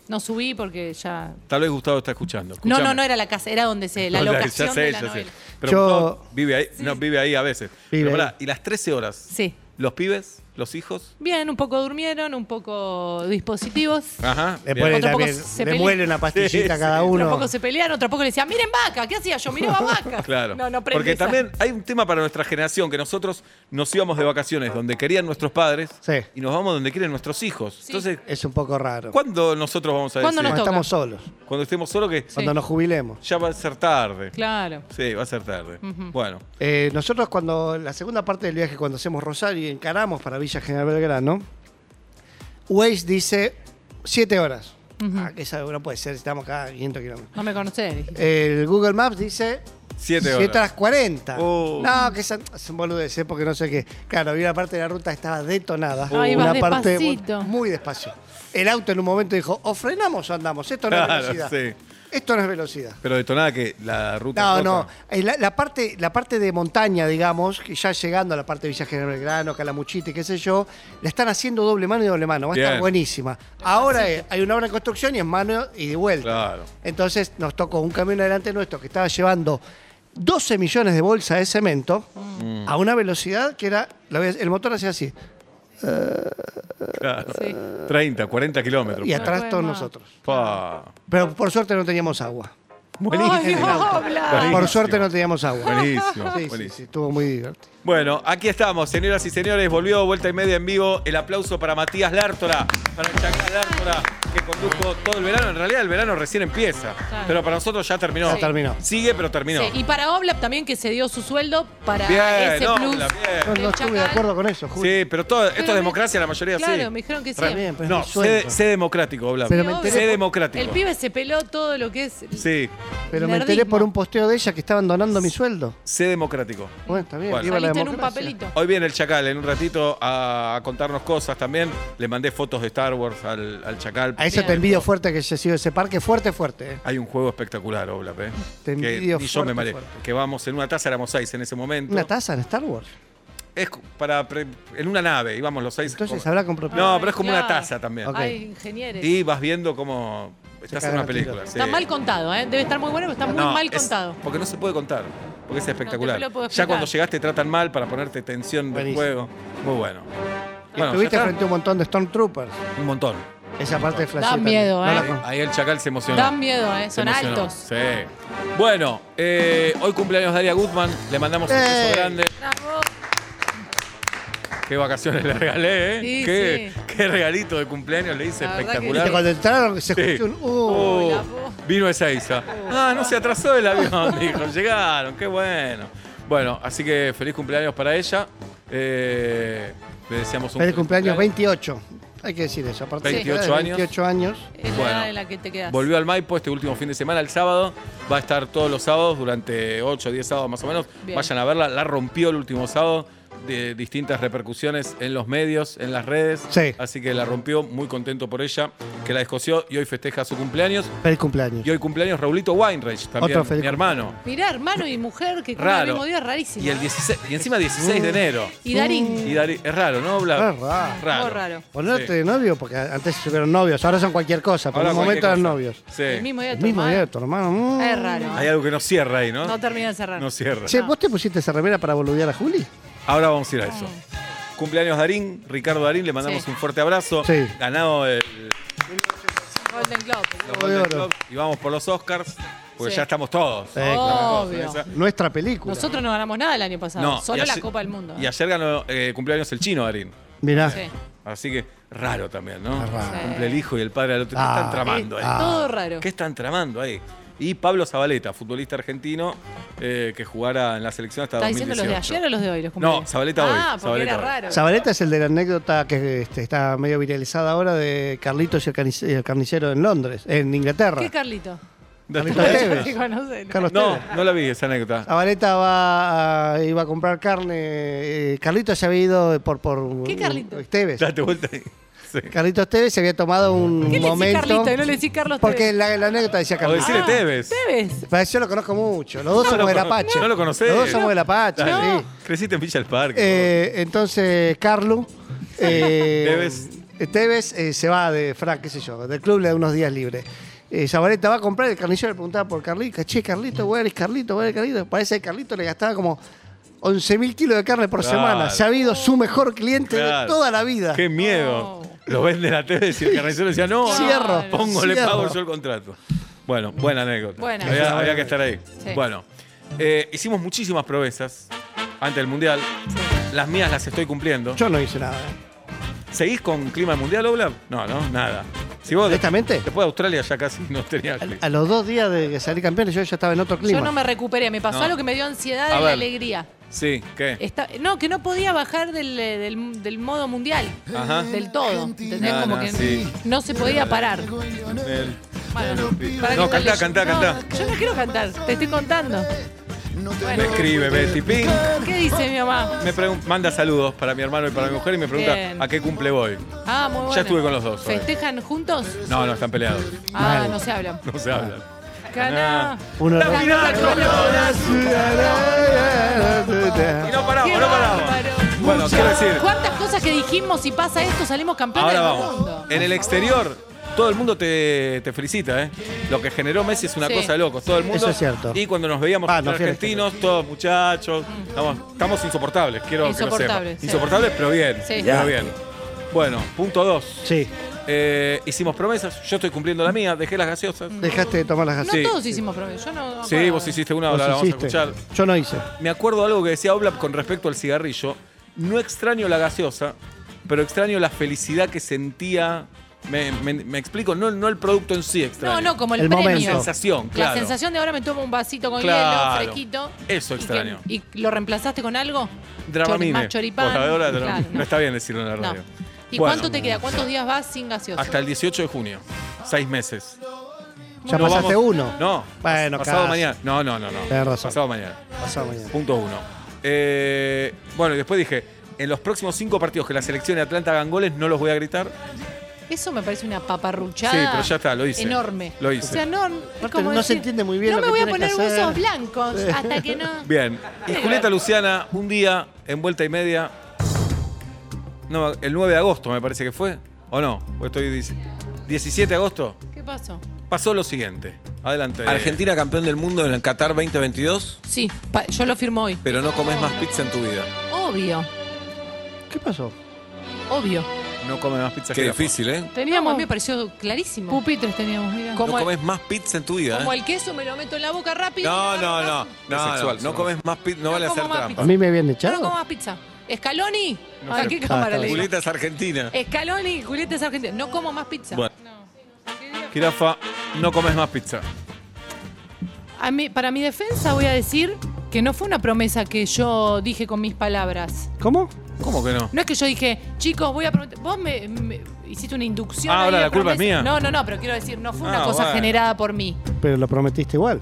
[SPEAKER 5] No subí porque ya.
[SPEAKER 8] Tal vez Gustavo está escuchando.
[SPEAKER 5] No, no,
[SPEAKER 8] Escuchame.
[SPEAKER 5] no era la casa, era donde se. La
[SPEAKER 8] Ya
[SPEAKER 5] locación
[SPEAKER 8] sé,
[SPEAKER 5] de la
[SPEAKER 8] ya
[SPEAKER 5] novela.
[SPEAKER 8] sé. Pero
[SPEAKER 6] Yo-
[SPEAKER 8] Gustavo vive ahí, no, vive ahí a veces.
[SPEAKER 6] Vive
[SPEAKER 8] Pero
[SPEAKER 6] ahí.
[SPEAKER 8] pará, y las 13 horas.
[SPEAKER 5] Sí.
[SPEAKER 8] Los pibes, los hijos.
[SPEAKER 5] Bien, un poco durmieron, un poco dispositivos.
[SPEAKER 8] Ajá.
[SPEAKER 6] Le,
[SPEAKER 8] bien.
[SPEAKER 6] pone
[SPEAKER 5] Otro poco
[SPEAKER 6] también-
[SPEAKER 5] se
[SPEAKER 6] le
[SPEAKER 5] peli-
[SPEAKER 6] muele una pastillita
[SPEAKER 8] Sí,
[SPEAKER 6] a cada
[SPEAKER 8] sí.
[SPEAKER 5] Otro
[SPEAKER 6] uno.
[SPEAKER 5] poco se pelearon, otro poco le decían, miren vaca, ¿qué hacía yo? Miraba vaca.
[SPEAKER 8] Claro.
[SPEAKER 5] No, no prende
[SPEAKER 8] Porque
[SPEAKER 5] esa.
[SPEAKER 8] también hay un tema para nuestra generación, que nosotros nos íbamos de vacaciones donde querían nuestros padres
[SPEAKER 6] Sí.
[SPEAKER 8] y nos vamos donde quieren nuestros hijos. Entonces,
[SPEAKER 6] Es un poco raro.
[SPEAKER 8] ¿cuándo nosotros vamos a
[SPEAKER 5] ¿Cuándo
[SPEAKER 8] decir?
[SPEAKER 6] Cuando
[SPEAKER 5] toca.
[SPEAKER 6] estamos solos,
[SPEAKER 8] Cuando estemos solos que
[SPEAKER 6] cuando nos jubilemos.
[SPEAKER 8] ya va a ser tarde.
[SPEAKER 5] Claro.
[SPEAKER 8] Sí, va a ser tarde. Bueno,
[SPEAKER 6] Eh, nosotros cuando la segunda parte del viaje, cuando hacemos Rosario y encaramos para Villa General Belgrano, Waze dice 7 horas. Ah, que esa no puede ser, estamos acá a 500 kilómetros.
[SPEAKER 5] No me conocés. dije.
[SPEAKER 6] El Google Maps dice
[SPEAKER 8] 7
[SPEAKER 6] 7
[SPEAKER 8] horas.
[SPEAKER 6] horas 40.
[SPEAKER 8] Oh.
[SPEAKER 6] No, que esa es un boludez, ¿eh? porque no sé qué. Claro, vi una parte de la ruta que estaba detonada.
[SPEAKER 5] Ah, ibas
[SPEAKER 6] una parte
[SPEAKER 5] despacito.
[SPEAKER 6] muy despacio. El auto en un momento dijo, o frenamos o andamos, esto no
[SPEAKER 8] Claro,
[SPEAKER 6] es velocidad.
[SPEAKER 8] sí.
[SPEAKER 6] Esto no es velocidad.
[SPEAKER 8] pero detonada que la ruta.
[SPEAKER 6] No,
[SPEAKER 8] rota.
[SPEAKER 6] no. Eh, La, la parte, la parte de montaña, digamos, que ya llegando a la parte de Villa General Belgrano, Calamuchita y qué sé yo, la están haciendo doble mano y doble mano. Va a estar
[SPEAKER 8] Bien.
[SPEAKER 6] buenísima. Ahora es- hay una obra en construcción y es mano y de vuelta.
[SPEAKER 8] Claro.
[SPEAKER 6] Entonces nos tocó un camión delante nuestro que estaba llevando 12 millones de bolsas de cemento
[SPEAKER 8] Mm.
[SPEAKER 6] a una velocidad que era. la ve- el motor hacía así.
[SPEAKER 8] Claro.
[SPEAKER 5] Sí.
[SPEAKER 8] 30, 40 kilómetros.
[SPEAKER 6] Y atrás
[SPEAKER 5] puede
[SPEAKER 6] todos
[SPEAKER 5] más.
[SPEAKER 6] nosotros.
[SPEAKER 8] Pa.
[SPEAKER 6] Pero por suerte no teníamos agua.
[SPEAKER 5] Ay, habla.
[SPEAKER 8] Buenísimo.
[SPEAKER 6] Por suerte no teníamos agua.
[SPEAKER 8] Buenísimo.
[SPEAKER 6] Sí, sí,
[SPEAKER 8] buenísimo.
[SPEAKER 6] sí, estuvo muy divertido.
[SPEAKER 8] Bueno, aquí estamos, señoras y señores. Volvió vuelta y media en vivo. El aplauso para Matías Lártora, para el Chacal Lártora, que condujo todo el verano. En realidad, el verano recién empieza, pero para nosotros ya terminó.
[SPEAKER 6] Ya terminó.
[SPEAKER 8] Sigue, pero terminó.
[SPEAKER 5] Sí, y para Oblap también que se dio su sueldo para
[SPEAKER 8] Bien,
[SPEAKER 5] ese
[SPEAKER 8] no,
[SPEAKER 5] plus.
[SPEAKER 8] la-
[SPEAKER 6] No,
[SPEAKER 8] bien.
[SPEAKER 6] no
[SPEAKER 5] El
[SPEAKER 6] estuve de
[SPEAKER 5] Chacal.
[SPEAKER 6] acuerdo con eso, Julio.
[SPEAKER 8] Sí, pero todo, esto
[SPEAKER 5] me-
[SPEAKER 8] es democracia, la mayoría sí.
[SPEAKER 5] Claro, me dijeron que sí.
[SPEAKER 8] Re-
[SPEAKER 6] bien, pero es
[SPEAKER 8] no,
[SPEAKER 6] mi sueldo.
[SPEAKER 8] sé, sé democrático, Blas.
[SPEAKER 6] Pero me
[SPEAKER 5] Sí, obvio.
[SPEAKER 6] enteré
[SPEAKER 8] Sé democrático.
[SPEAKER 5] El pibe se peló todo lo que es.
[SPEAKER 8] Sí,
[SPEAKER 6] Pero me enteré
[SPEAKER 5] nerdismo.
[SPEAKER 6] por un posteo de ella que estaban donando mi sueldo.
[SPEAKER 8] sé democrático.
[SPEAKER 6] Bueno, está bien.
[SPEAKER 8] Bueno.
[SPEAKER 6] viva la
[SPEAKER 5] Saliste en un
[SPEAKER 6] democracia.
[SPEAKER 5] papelito.
[SPEAKER 8] Hoy viene el Chacal en un ratito a contarnos cosas también. Le mandé fotos de Star Wars al, al Chacal.
[SPEAKER 6] A eso te envidio fuerte que haya sido ese parque. Fuerte, fuerte. eh.
[SPEAKER 8] Hay un juego espectacular, Oblap, ¿eh?
[SPEAKER 6] Te
[SPEAKER 8] que
[SPEAKER 6] envidio
[SPEAKER 8] ni yo
[SPEAKER 6] fuerte,
[SPEAKER 8] me mareé.
[SPEAKER 6] fuerte.
[SPEAKER 8] Que vamos en una taza, éramos seis en ese momento.
[SPEAKER 6] Una taza en Star Wars.
[SPEAKER 8] Es cu- para pre- en una nave, íbamos los seis.
[SPEAKER 6] Entonces
[SPEAKER 8] Como-
[SPEAKER 6] habla con propiedad.
[SPEAKER 8] No,
[SPEAKER 5] Ay,
[SPEAKER 8] pero es como
[SPEAKER 5] claro.
[SPEAKER 8] una taza también.
[SPEAKER 6] Ok.
[SPEAKER 5] Ay, ingenieros.
[SPEAKER 8] Y vas viendo cómo estás en
[SPEAKER 6] cagan
[SPEAKER 8] una
[SPEAKER 6] a tiros.
[SPEAKER 8] película. sí.
[SPEAKER 5] Está mal contado, ¿eh? Debe estar muy bueno, pero está muy
[SPEAKER 8] No,
[SPEAKER 5] mal
[SPEAKER 8] es-
[SPEAKER 5] contado.
[SPEAKER 8] Porque no se puede contar. Porque es espectacular.
[SPEAKER 5] lo puedo
[SPEAKER 8] ya
[SPEAKER 5] explicar.
[SPEAKER 8] cuando llegaste tratan mal para ponerte tensión del
[SPEAKER 6] Buenísimo.
[SPEAKER 8] juego. Muy bueno.
[SPEAKER 6] Y
[SPEAKER 8] Bueno,
[SPEAKER 6] Estuviste
[SPEAKER 8] ya está.
[SPEAKER 6] frente a un montón de Stormtroopers.
[SPEAKER 8] un montón.
[SPEAKER 6] Esa parte de
[SPEAKER 5] Da miedo, ¿eh?
[SPEAKER 8] Ahí el chacal se emocionó.
[SPEAKER 5] Dan miedo, ¿eh?
[SPEAKER 8] Se
[SPEAKER 5] Son
[SPEAKER 8] emocionó,
[SPEAKER 5] altos.
[SPEAKER 8] Sí. Bueno, eh, hoy cumpleaños Daria Goodman. Le mandamos un
[SPEAKER 6] ¡Eh!
[SPEAKER 8] beso grande.
[SPEAKER 5] Bravo.
[SPEAKER 8] Qué vacaciones le regalé, ¿eh?
[SPEAKER 5] Sí,
[SPEAKER 8] qué,
[SPEAKER 5] sí.
[SPEAKER 8] qué regalito de cumpleaños le hice
[SPEAKER 5] La verdad
[SPEAKER 8] espectacular.
[SPEAKER 6] Viste, cuando entraron se
[SPEAKER 8] Sí.
[SPEAKER 6] escuchó un. Uh,
[SPEAKER 8] Oh,
[SPEAKER 5] la voz.
[SPEAKER 8] vino Ezeiza. Ah, no se atrasó el avión, dijo. Llegaron, qué bueno. Bueno, así que feliz cumpleaños para ella. Eh, le deseamos un
[SPEAKER 6] feliz cumpleaños 28. Hay que decir eso. A partir de
[SPEAKER 8] 28 años.
[SPEAKER 6] 28 años.
[SPEAKER 5] Es la
[SPEAKER 8] Bueno.
[SPEAKER 5] edad en la que te quedas.
[SPEAKER 8] Volvió al Maipo este último fin de semana, el sábado. Va a estar todos los sábados, durante 8 o 10 sábados más o menos.
[SPEAKER 5] Bien.
[SPEAKER 8] Vayan a verla. La rompió el último sábado de distintas repercusiones en los medios, en las redes.
[SPEAKER 6] Sí.
[SPEAKER 8] Así que la rompió, muy contento por ella, que la escoció y hoy festeja su cumpleaños.
[SPEAKER 6] Feliz cumpleaños.
[SPEAKER 8] Y hoy cumpleaños Raulito Weinreich, también
[SPEAKER 6] Otro feliz
[SPEAKER 8] mi hermano.
[SPEAKER 5] Mirá, hermano y mujer que cumplen Ah, el
[SPEAKER 8] Raro.
[SPEAKER 5] mismo día, rarísimo.
[SPEAKER 8] Y, el 16, y encima 16 de enero.
[SPEAKER 5] Y Darín.
[SPEAKER 8] Y Dari- es raro, ¿no? Bla-
[SPEAKER 6] Es raro.
[SPEAKER 5] Muy raro.
[SPEAKER 6] Ponerte de novio, porque antes fueron novios, ahora son cualquier cosa, pero
[SPEAKER 8] Ahora
[SPEAKER 6] en un momento eran
[SPEAKER 8] cualquier
[SPEAKER 6] novios.
[SPEAKER 8] cosa. Sí.
[SPEAKER 5] El mismo día de
[SPEAKER 6] El
[SPEAKER 5] tu
[SPEAKER 6] mismo
[SPEAKER 5] hermano.
[SPEAKER 6] día de tu hermano. mm.
[SPEAKER 5] Es raro.
[SPEAKER 8] Hay algo que no cierra ahí, ¿no?
[SPEAKER 5] No termina de cerrar.
[SPEAKER 8] No cierra.
[SPEAKER 6] Che, ¿vos te pusiste esa remera para boludear a Juli?
[SPEAKER 8] Ahora vamos a ir a eso. Cumpleaños Darín, Ricardo Darín, le mandamos
[SPEAKER 5] Ah. Sí.
[SPEAKER 8] un fuerte abrazo.
[SPEAKER 6] Sí.
[SPEAKER 8] Ganado el,
[SPEAKER 5] Golden Globe.
[SPEAKER 8] los Golden
[SPEAKER 6] oro.
[SPEAKER 8] Globes y vamos por los Oscars, porque
[SPEAKER 5] Sí.
[SPEAKER 8] ya estamos todos. Todos en
[SPEAKER 5] Obvio.
[SPEAKER 8] esa.
[SPEAKER 6] Nuestra película.
[SPEAKER 5] Nosotros no ganamos nada el año pasado.
[SPEAKER 8] No,
[SPEAKER 5] solo
[SPEAKER 8] y ayer-
[SPEAKER 5] la Copa del Mundo.
[SPEAKER 8] Y ayer ganó eh, cumpleaños el chino Darín.
[SPEAKER 6] Mirá.
[SPEAKER 5] Sí.
[SPEAKER 8] Así que raro también, ¿no?
[SPEAKER 6] Es raro.
[SPEAKER 8] Cumple el hijo y el padre al otro. ¿Qué
[SPEAKER 6] Ah.
[SPEAKER 8] están tramando ahí?
[SPEAKER 5] Todo raro.
[SPEAKER 8] ¿Qué están tramando ahí? Y Pablo Zabaleta, futbolista argentino eh, que jugará en la selección hasta
[SPEAKER 5] ¿Estás diciendo
[SPEAKER 8] 2018.
[SPEAKER 5] los de ayer o los de hoy? Los
[SPEAKER 8] No,
[SPEAKER 5] cumpleaños?
[SPEAKER 8] Zabaleta hoy.
[SPEAKER 5] Ah, porque
[SPEAKER 8] Zabaleta
[SPEAKER 5] era
[SPEAKER 8] hoy.
[SPEAKER 5] raro.
[SPEAKER 6] Zabaleta es el de la anécdota que este, está medio viralizada ahora de Carlitos y el, carnic- y el carnicero en Londres, en Inglaterra.
[SPEAKER 5] ¿Qué Carlito?
[SPEAKER 6] Carlitos Tevez.
[SPEAKER 5] conocen.
[SPEAKER 6] Carlos
[SPEAKER 8] No,
[SPEAKER 6] Tevez. Ah.
[SPEAKER 8] no la vi esa anécdota.
[SPEAKER 6] Zabaleta va a- iba a comprar carne. eh, Carlitos se había ido por. por
[SPEAKER 5] ¿Qué Carlitos?
[SPEAKER 6] Tevez.
[SPEAKER 8] Date vuelta ahí. Sí.
[SPEAKER 6] Carlitos Tevez se había tomado un
[SPEAKER 5] ¿Qué le decís
[SPEAKER 6] momento.
[SPEAKER 5] Carlito y no le decís Carlos
[SPEAKER 6] Porque
[SPEAKER 5] Tevez?
[SPEAKER 6] la, la anécdota decía
[SPEAKER 8] O
[SPEAKER 6] Carlitos.
[SPEAKER 8] decirle Tevez.
[SPEAKER 5] Ah. Tevez.
[SPEAKER 6] Pero Yo lo conozco mucho. Los dos
[SPEAKER 8] No
[SPEAKER 6] somos
[SPEAKER 8] lo
[SPEAKER 6] del
[SPEAKER 8] cono-
[SPEAKER 6] Apache.
[SPEAKER 8] no lo conocés.
[SPEAKER 6] Los dos somos del Apache,
[SPEAKER 8] Dale.
[SPEAKER 6] sí.
[SPEAKER 8] Creciste en Villa del Parque.
[SPEAKER 6] Eh, entonces, Carlos. eh,
[SPEAKER 8] Tevez.
[SPEAKER 6] eh, Tevez eh, se va de Frank, qué sé yo, del club le da unos días libres. Eh, Zabaleta va a comprar, el carnicero le preguntaba por Carlito, che, Carlito, güey, eres Carlito, güey, eres Carlito. Parece que Carlito le gastaba como 11.000 kilos de carne por
[SPEAKER 8] Claro.
[SPEAKER 6] semana. Se ha habido su mejor cliente de
[SPEAKER 8] Claro.
[SPEAKER 6] toda la vida.
[SPEAKER 8] Qué miedo.
[SPEAKER 5] No.
[SPEAKER 8] Lo vende la Tevez y el carnicero decía, no,
[SPEAKER 6] Cierro,
[SPEAKER 8] pongo, le
[SPEAKER 6] cierro.
[SPEAKER 8] pago yo el contrato. Bueno, buena anécdota.
[SPEAKER 5] Buena.
[SPEAKER 8] Había, había que estar ahí.
[SPEAKER 5] Sí.
[SPEAKER 8] Bueno, eh, hicimos muchísimas proezas antes del Mundial. Las mías las estoy cumpliendo.
[SPEAKER 6] Yo no hice nada. ¿eh?
[SPEAKER 8] ¿Seguís con clima mundial, Oblab? No, no, nada. Si vos
[SPEAKER 6] Honestamente.
[SPEAKER 8] Después de Australia ya casi no tenía clima.
[SPEAKER 6] A los dos días de salir campeón, yo ya estaba en otro clima.
[SPEAKER 5] Yo no me recuperé, me pasó
[SPEAKER 8] No.
[SPEAKER 5] algo que me dio ansiedad
[SPEAKER 8] A
[SPEAKER 5] y la
[SPEAKER 8] ver.
[SPEAKER 5] alegría.
[SPEAKER 8] Sí, ¿qué?
[SPEAKER 5] Esta- no, que no podía bajar del, eh, del- del modo mundial,
[SPEAKER 8] Ajá.
[SPEAKER 5] del todo. ¿entendés?
[SPEAKER 8] No,
[SPEAKER 5] Como
[SPEAKER 8] no,
[SPEAKER 5] que
[SPEAKER 8] sí.
[SPEAKER 5] no se podía parar.
[SPEAKER 8] El-
[SPEAKER 5] Bueno, para
[SPEAKER 8] No,
[SPEAKER 5] que
[SPEAKER 8] cantá,
[SPEAKER 5] yo-
[SPEAKER 8] cantá,
[SPEAKER 5] No,
[SPEAKER 8] cantá.
[SPEAKER 5] Yo no quiero cantar, te estoy contando.
[SPEAKER 8] Me
[SPEAKER 5] Bueno,
[SPEAKER 8] escribe Betty Pink.
[SPEAKER 5] ¿qué dice mi mamá?
[SPEAKER 8] Me pregun- manda saludos para mi hermano y para mi mujer y me pregunta
[SPEAKER 5] Bien.
[SPEAKER 8] a qué cumple voy.
[SPEAKER 5] Ah, muy bueno.
[SPEAKER 8] Ya estuve con los dos hoy.
[SPEAKER 5] ¿Festejan juntos?
[SPEAKER 8] No, no están peleados.
[SPEAKER 5] Ah, no se hablan.
[SPEAKER 8] No se hablan.
[SPEAKER 5] Cana.
[SPEAKER 6] Uno
[SPEAKER 8] La final con Lola Y no paramos,
[SPEAKER 5] Qué
[SPEAKER 8] no paramos.
[SPEAKER 5] bárbaro.
[SPEAKER 8] Bueno, quiero decir,
[SPEAKER 5] ¿Cuántas cosas que dijimos si pasa esto salimos campeones
[SPEAKER 8] ahora
[SPEAKER 5] del
[SPEAKER 8] vamos.
[SPEAKER 5] mundo?
[SPEAKER 8] En el exterior, todo el mundo te, te felicita, ¿eh? Lo que generó Messi es una
[SPEAKER 5] Sí.
[SPEAKER 8] cosa de locos. Todo el mundo.
[SPEAKER 6] Eso es cierto.
[SPEAKER 8] Y cuando nos veíamos
[SPEAKER 6] Ah,
[SPEAKER 8] entre
[SPEAKER 6] no fui al
[SPEAKER 8] argentinos, todos muchachos. Estamos, estamos insoportables, quiero que lo
[SPEAKER 5] Insoportables,
[SPEAKER 8] sepas.
[SPEAKER 5] sí.
[SPEAKER 8] Insoportables, pero bien.
[SPEAKER 5] Sí.
[SPEAKER 8] pero
[SPEAKER 5] Ya.
[SPEAKER 8] bien. Bueno, punto dos.
[SPEAKER 6] Sí,
[SPEAKER 8] Eh, hicimos promesas, yo estoy cumpliendo la mía, dejé las gaseosas.
[SPEAKER 6] dejaste de tomar las
[SPEAKER 5] No
[SPEAKER 6] gaseosas.
[SPEAKER 8] Sí.
[SPEAKER 5] todos hicimos promesas. Yo no.
[SPEAKER 8] Sí, vos hiciste una,
[SPEAKER 6] Vos
[SPEAKER 8] ahora la vamos a
[SPEAKER 6] hiciste.
[SPEAKER 8] escuchar.
[SPEAKER 6] Yo no hice.
[SPEAKER 8] Me acuerdo algo que decía Oblap con respecto al cigarrillo. No extraño la gaseosa, pero extraño la felicidad que sentía. Me, me- me explico, no, no el producto en sí extraño.
[SPEAKER 5] No, no, como el,
[SPEAKER 6] El
[SPEAKER 5] premio.
[SPEAKER 6] momento.
[SPEAKER 8] La sensación,
[SPEAKER 5] La
[SPEAKER 8] claro.
[SPEAKER 5] sensación de ahora me tomo un vasito con
[SPEAKER 8] Claro.
[SPEAKER 5] hielo, fresquito.
[SPEAKER 8] Eso
[SPEAKER 5] y que-
[SPEAKER 8] extraño.
[SPEAKER 5] Y, lo reemplazaste con algo? Chori-
[SPEAKER 8] Dramamine.
[SPEAKER 5] Más choripán.
[SPEAKER 8] Por ahora,
[SPEAKER 5] Claro,
[SPEAKER 8] dramamine.
[SPEAKER 5] no.
[SPEAKER 8] No está bien decirlo en la
[SPEAKER 5] No.
[SPEAKER 8] radio.
[SPEAKER 5] ¿Y
[SPEAKER 8] Bueno,
[SPEAKER 5] cuánto te queda? ¿Cuántos días vas sin gaseosa?
[SPEAKER 8] Hasta el 18 de junio. Seis meses.
[SPEAKER 6] Ya
[SPEAKER 8] No,
[SPEAKER 6] pasaste
[SPEAKER 8] vamos-
[SPEAKER 6] uno.
[SPEAKER 8] No.
[SPEAKER 6] Bueno,
[SPEAKER 8] pasado
[SPEAKER 6] casi.
[SPEAKER 8] mañana. No, no, no, no.
[SPEAKER 6] Tenés razón.
[SPEAKER 8] Pasado mañana.
[SPEAKER 6] Pasado mañana.
[SPEAKER 8] Punto uno. Eh, bueno, y después dije, en los próximos cinco partidos que la selección de Atlanta hagan goles, no los voy a gritar.
[SPEAKER 5] Eso me parece una paparruchada.
[SPEAKER 8] Sí, pero ya está, lo hice.
[SPEAKER 5] Enorme.
[SPEAKER 8] Lo hice.
[SPEAKER 5] O sea, no, es
[SPEAKER 6] Aparte,
[SPEAKER 5] como
[SPEAKER 6] no se entiende muy bien
[SPEAKER 5] No
[SPEAKER 6] lo
[SPEAKER 5] me
[SPEAKER 6] que
[SPEAKER 5] voy a
[SPEAKER 6] tiene
[SPEAKER 5] poner
[SPEAKER 6] que hacer".
[SPEAKER 5] huesos blancos hasta que no.
[SPEAKER 8] Bien. Y Julieta Luciana, un día, en vuelta y media. No, el 9 de agosto me parece que fue. ¿O no? O estoy dic- 17 de agosto.
[SPEAKER 5] ¿Qué pasó?
[SPEAKER 8] Pasó lo siguiente. Adelante.
[SPEAKER 4] Argentina campeón del mundo en el Qatar 2022,
[SPEAKER 5] Sí, pa- yo lo firmo hoy.
[SPEAKER 4] pero no comes más pizza en tu vida.
[SPEAKER 5] Obvio,
[SPEAKER 6] ¿Qué pasó?
[SPEAKER 5] obvio.
[SPEAKER 8] No come más pizza
[SPEAKER 4] Qué
[SPEAKER 8] que
[SPEAKER 4] difícil, ¿eh?
[SPEAKER 5] Teníamos, a mí me pareció clarísimo. Pupitres teníamos, mira.
[SPEAKER 4] No
[SPEAKER 5] Como, el,
[SPEAKER 4] comes más pizza en tu vida,
[SPEAKER 5] como
[SPEAKER 4] ¿eh?
[SPEAKER 5] el queso me lo meto en la boca rápido.
[SPEAKER 4] No, no, no. Ah,
[SPEAKER 8] Es
[SPEAKER 4] No,
[SPEAKER 8] sexual,
[SPEAKER 4] no, no comes más pizza, no vale
[SPEAKER 5] como
[SPEAKER 4] hacer
[SPEAKER 5] más
[SPEAKER 6] ¿A
[SPEAKER 8] Ah.
[SPEAKER 4] trampa.
[SPEAKER 6] mí me habían
[SPEAKER 5] Yo no como
[SPEAKER 6] echado?
[SPEAKER 5] más pizza. Escaloni.
[SPEAKER 8] No
[SPEAKER 5] ¿A
[SPEAKER 8] sé.
[SPEAKER 5] qué cámara
[SPEAKER 6] Ah,
[SPEAKER 5] le digo?
[SPEAKER 4] Julieta es argentina.
[SPEAKER 5] Escaloni, Julieta es argentina. No como más pizza.
[SPEAKER 4] Bueno.
[SPEAKER 8] Jirafa, no comes más pizza.
[SPEAKER 5] A mí, para mi defensa voy a decir que no fue una promesa que yo dije con mis palabras.
[SPEAKER 6] ¿Cómo?
[SPEAKER 8] ¿Cómo que no?
[SPEAKER 5] No es que yo dije, chicos, voy a prometer. Vos me, me hiciste una inducción.
[SPEAKER 8] Ah,
[SPEAKER 5] ahí
[SPEAKER 8] ahora
[SPEAKER 5] de
[SPEAKER 8] la culpa es
[SPEAKER 5] promesa.
[SPEAKER 8] mía.
[SPEAKER 5] No, no, no, pero quiero decir, no fue una
[SPEAKER 8] Ah,
[SPEAKER 5] cosa
[SPEAKER 8] bueno.
[SPEAKER 5] generada por mí.
[SPEAKER 6] Pero lo prometiste igual.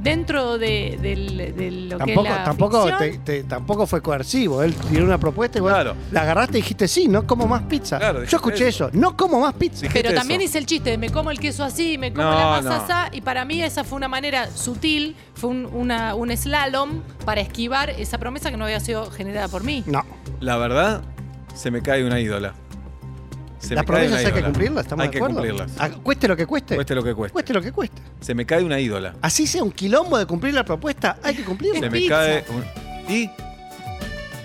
[SPEAKER 5] Dentro de, del- de lo
[SPEAKER 6] Tampoco,
[SPEAKER 5] que es la
[SPEAKER 6] tampoco,
[SPEAKER 5] ficción,
[SPEAKER 6] te- te- tampoco fue coercivo. Él tiró una propuesta y vos
[SPEAKER 8] Claro.
[SPEAKER 6] la agarraste y dijiste sí, no como más pizza.
[SPEAKER 8] Claro, dijiste
[SPEAKER 6] Yo escuché eso. no como más pizza.
[SPEAKER 8] Dijiste
[SPEAKER 5] Pero
[SPEAKER 8] eso.
[SPEAKER 5] también hice el chiste de me como el queso así, me como
[SPEAKER 8] No,
[SPEAKER 5] la masa
[SPEAKER 8] no.
[SPEAKER 5] asá, y para mí esa fue una manera sutil, fue un, una- un slalom para esquivar esa promesa que no había sido generada por mí.
[SPEAKER 6] No,
[SPEAKER 8] La verdad, se me cae una ídola. Se
[SPEAKER 6] las
[SPEAKER 8] me cae
[SPEAKER 6] promesas
[SPEAKER 8] una
[SPEAKER 6] hay que
[SPEAKER 8] ídola.
[SPEAKER 6] cumplirlas, estamos
[SPEAKER 8] Hay
[SPEAKER 6] de
[SPEAKER 8] que
[SPEAKER 6] acuerdo.
[SPEAKER 8] cumplirlas.
[SPEAKER 6] Ah, cueste lo que cueste.
[SPEAKER 8] Cueste lo que cueste.
[SPEAKER 6] Cueste lo que cueste.
[SPEAKER 8] Se me cae una ídola.
[SPEAKER 6] Así sea un quilombo de cumplir la propuesta, hay que
[SPEAKER 8] Se
[SPEAKER 6] cumplirla.
[SPEAKER 8] me
[SPEAKER 5] pizza.
[SPEAKER 8] cae un- Y.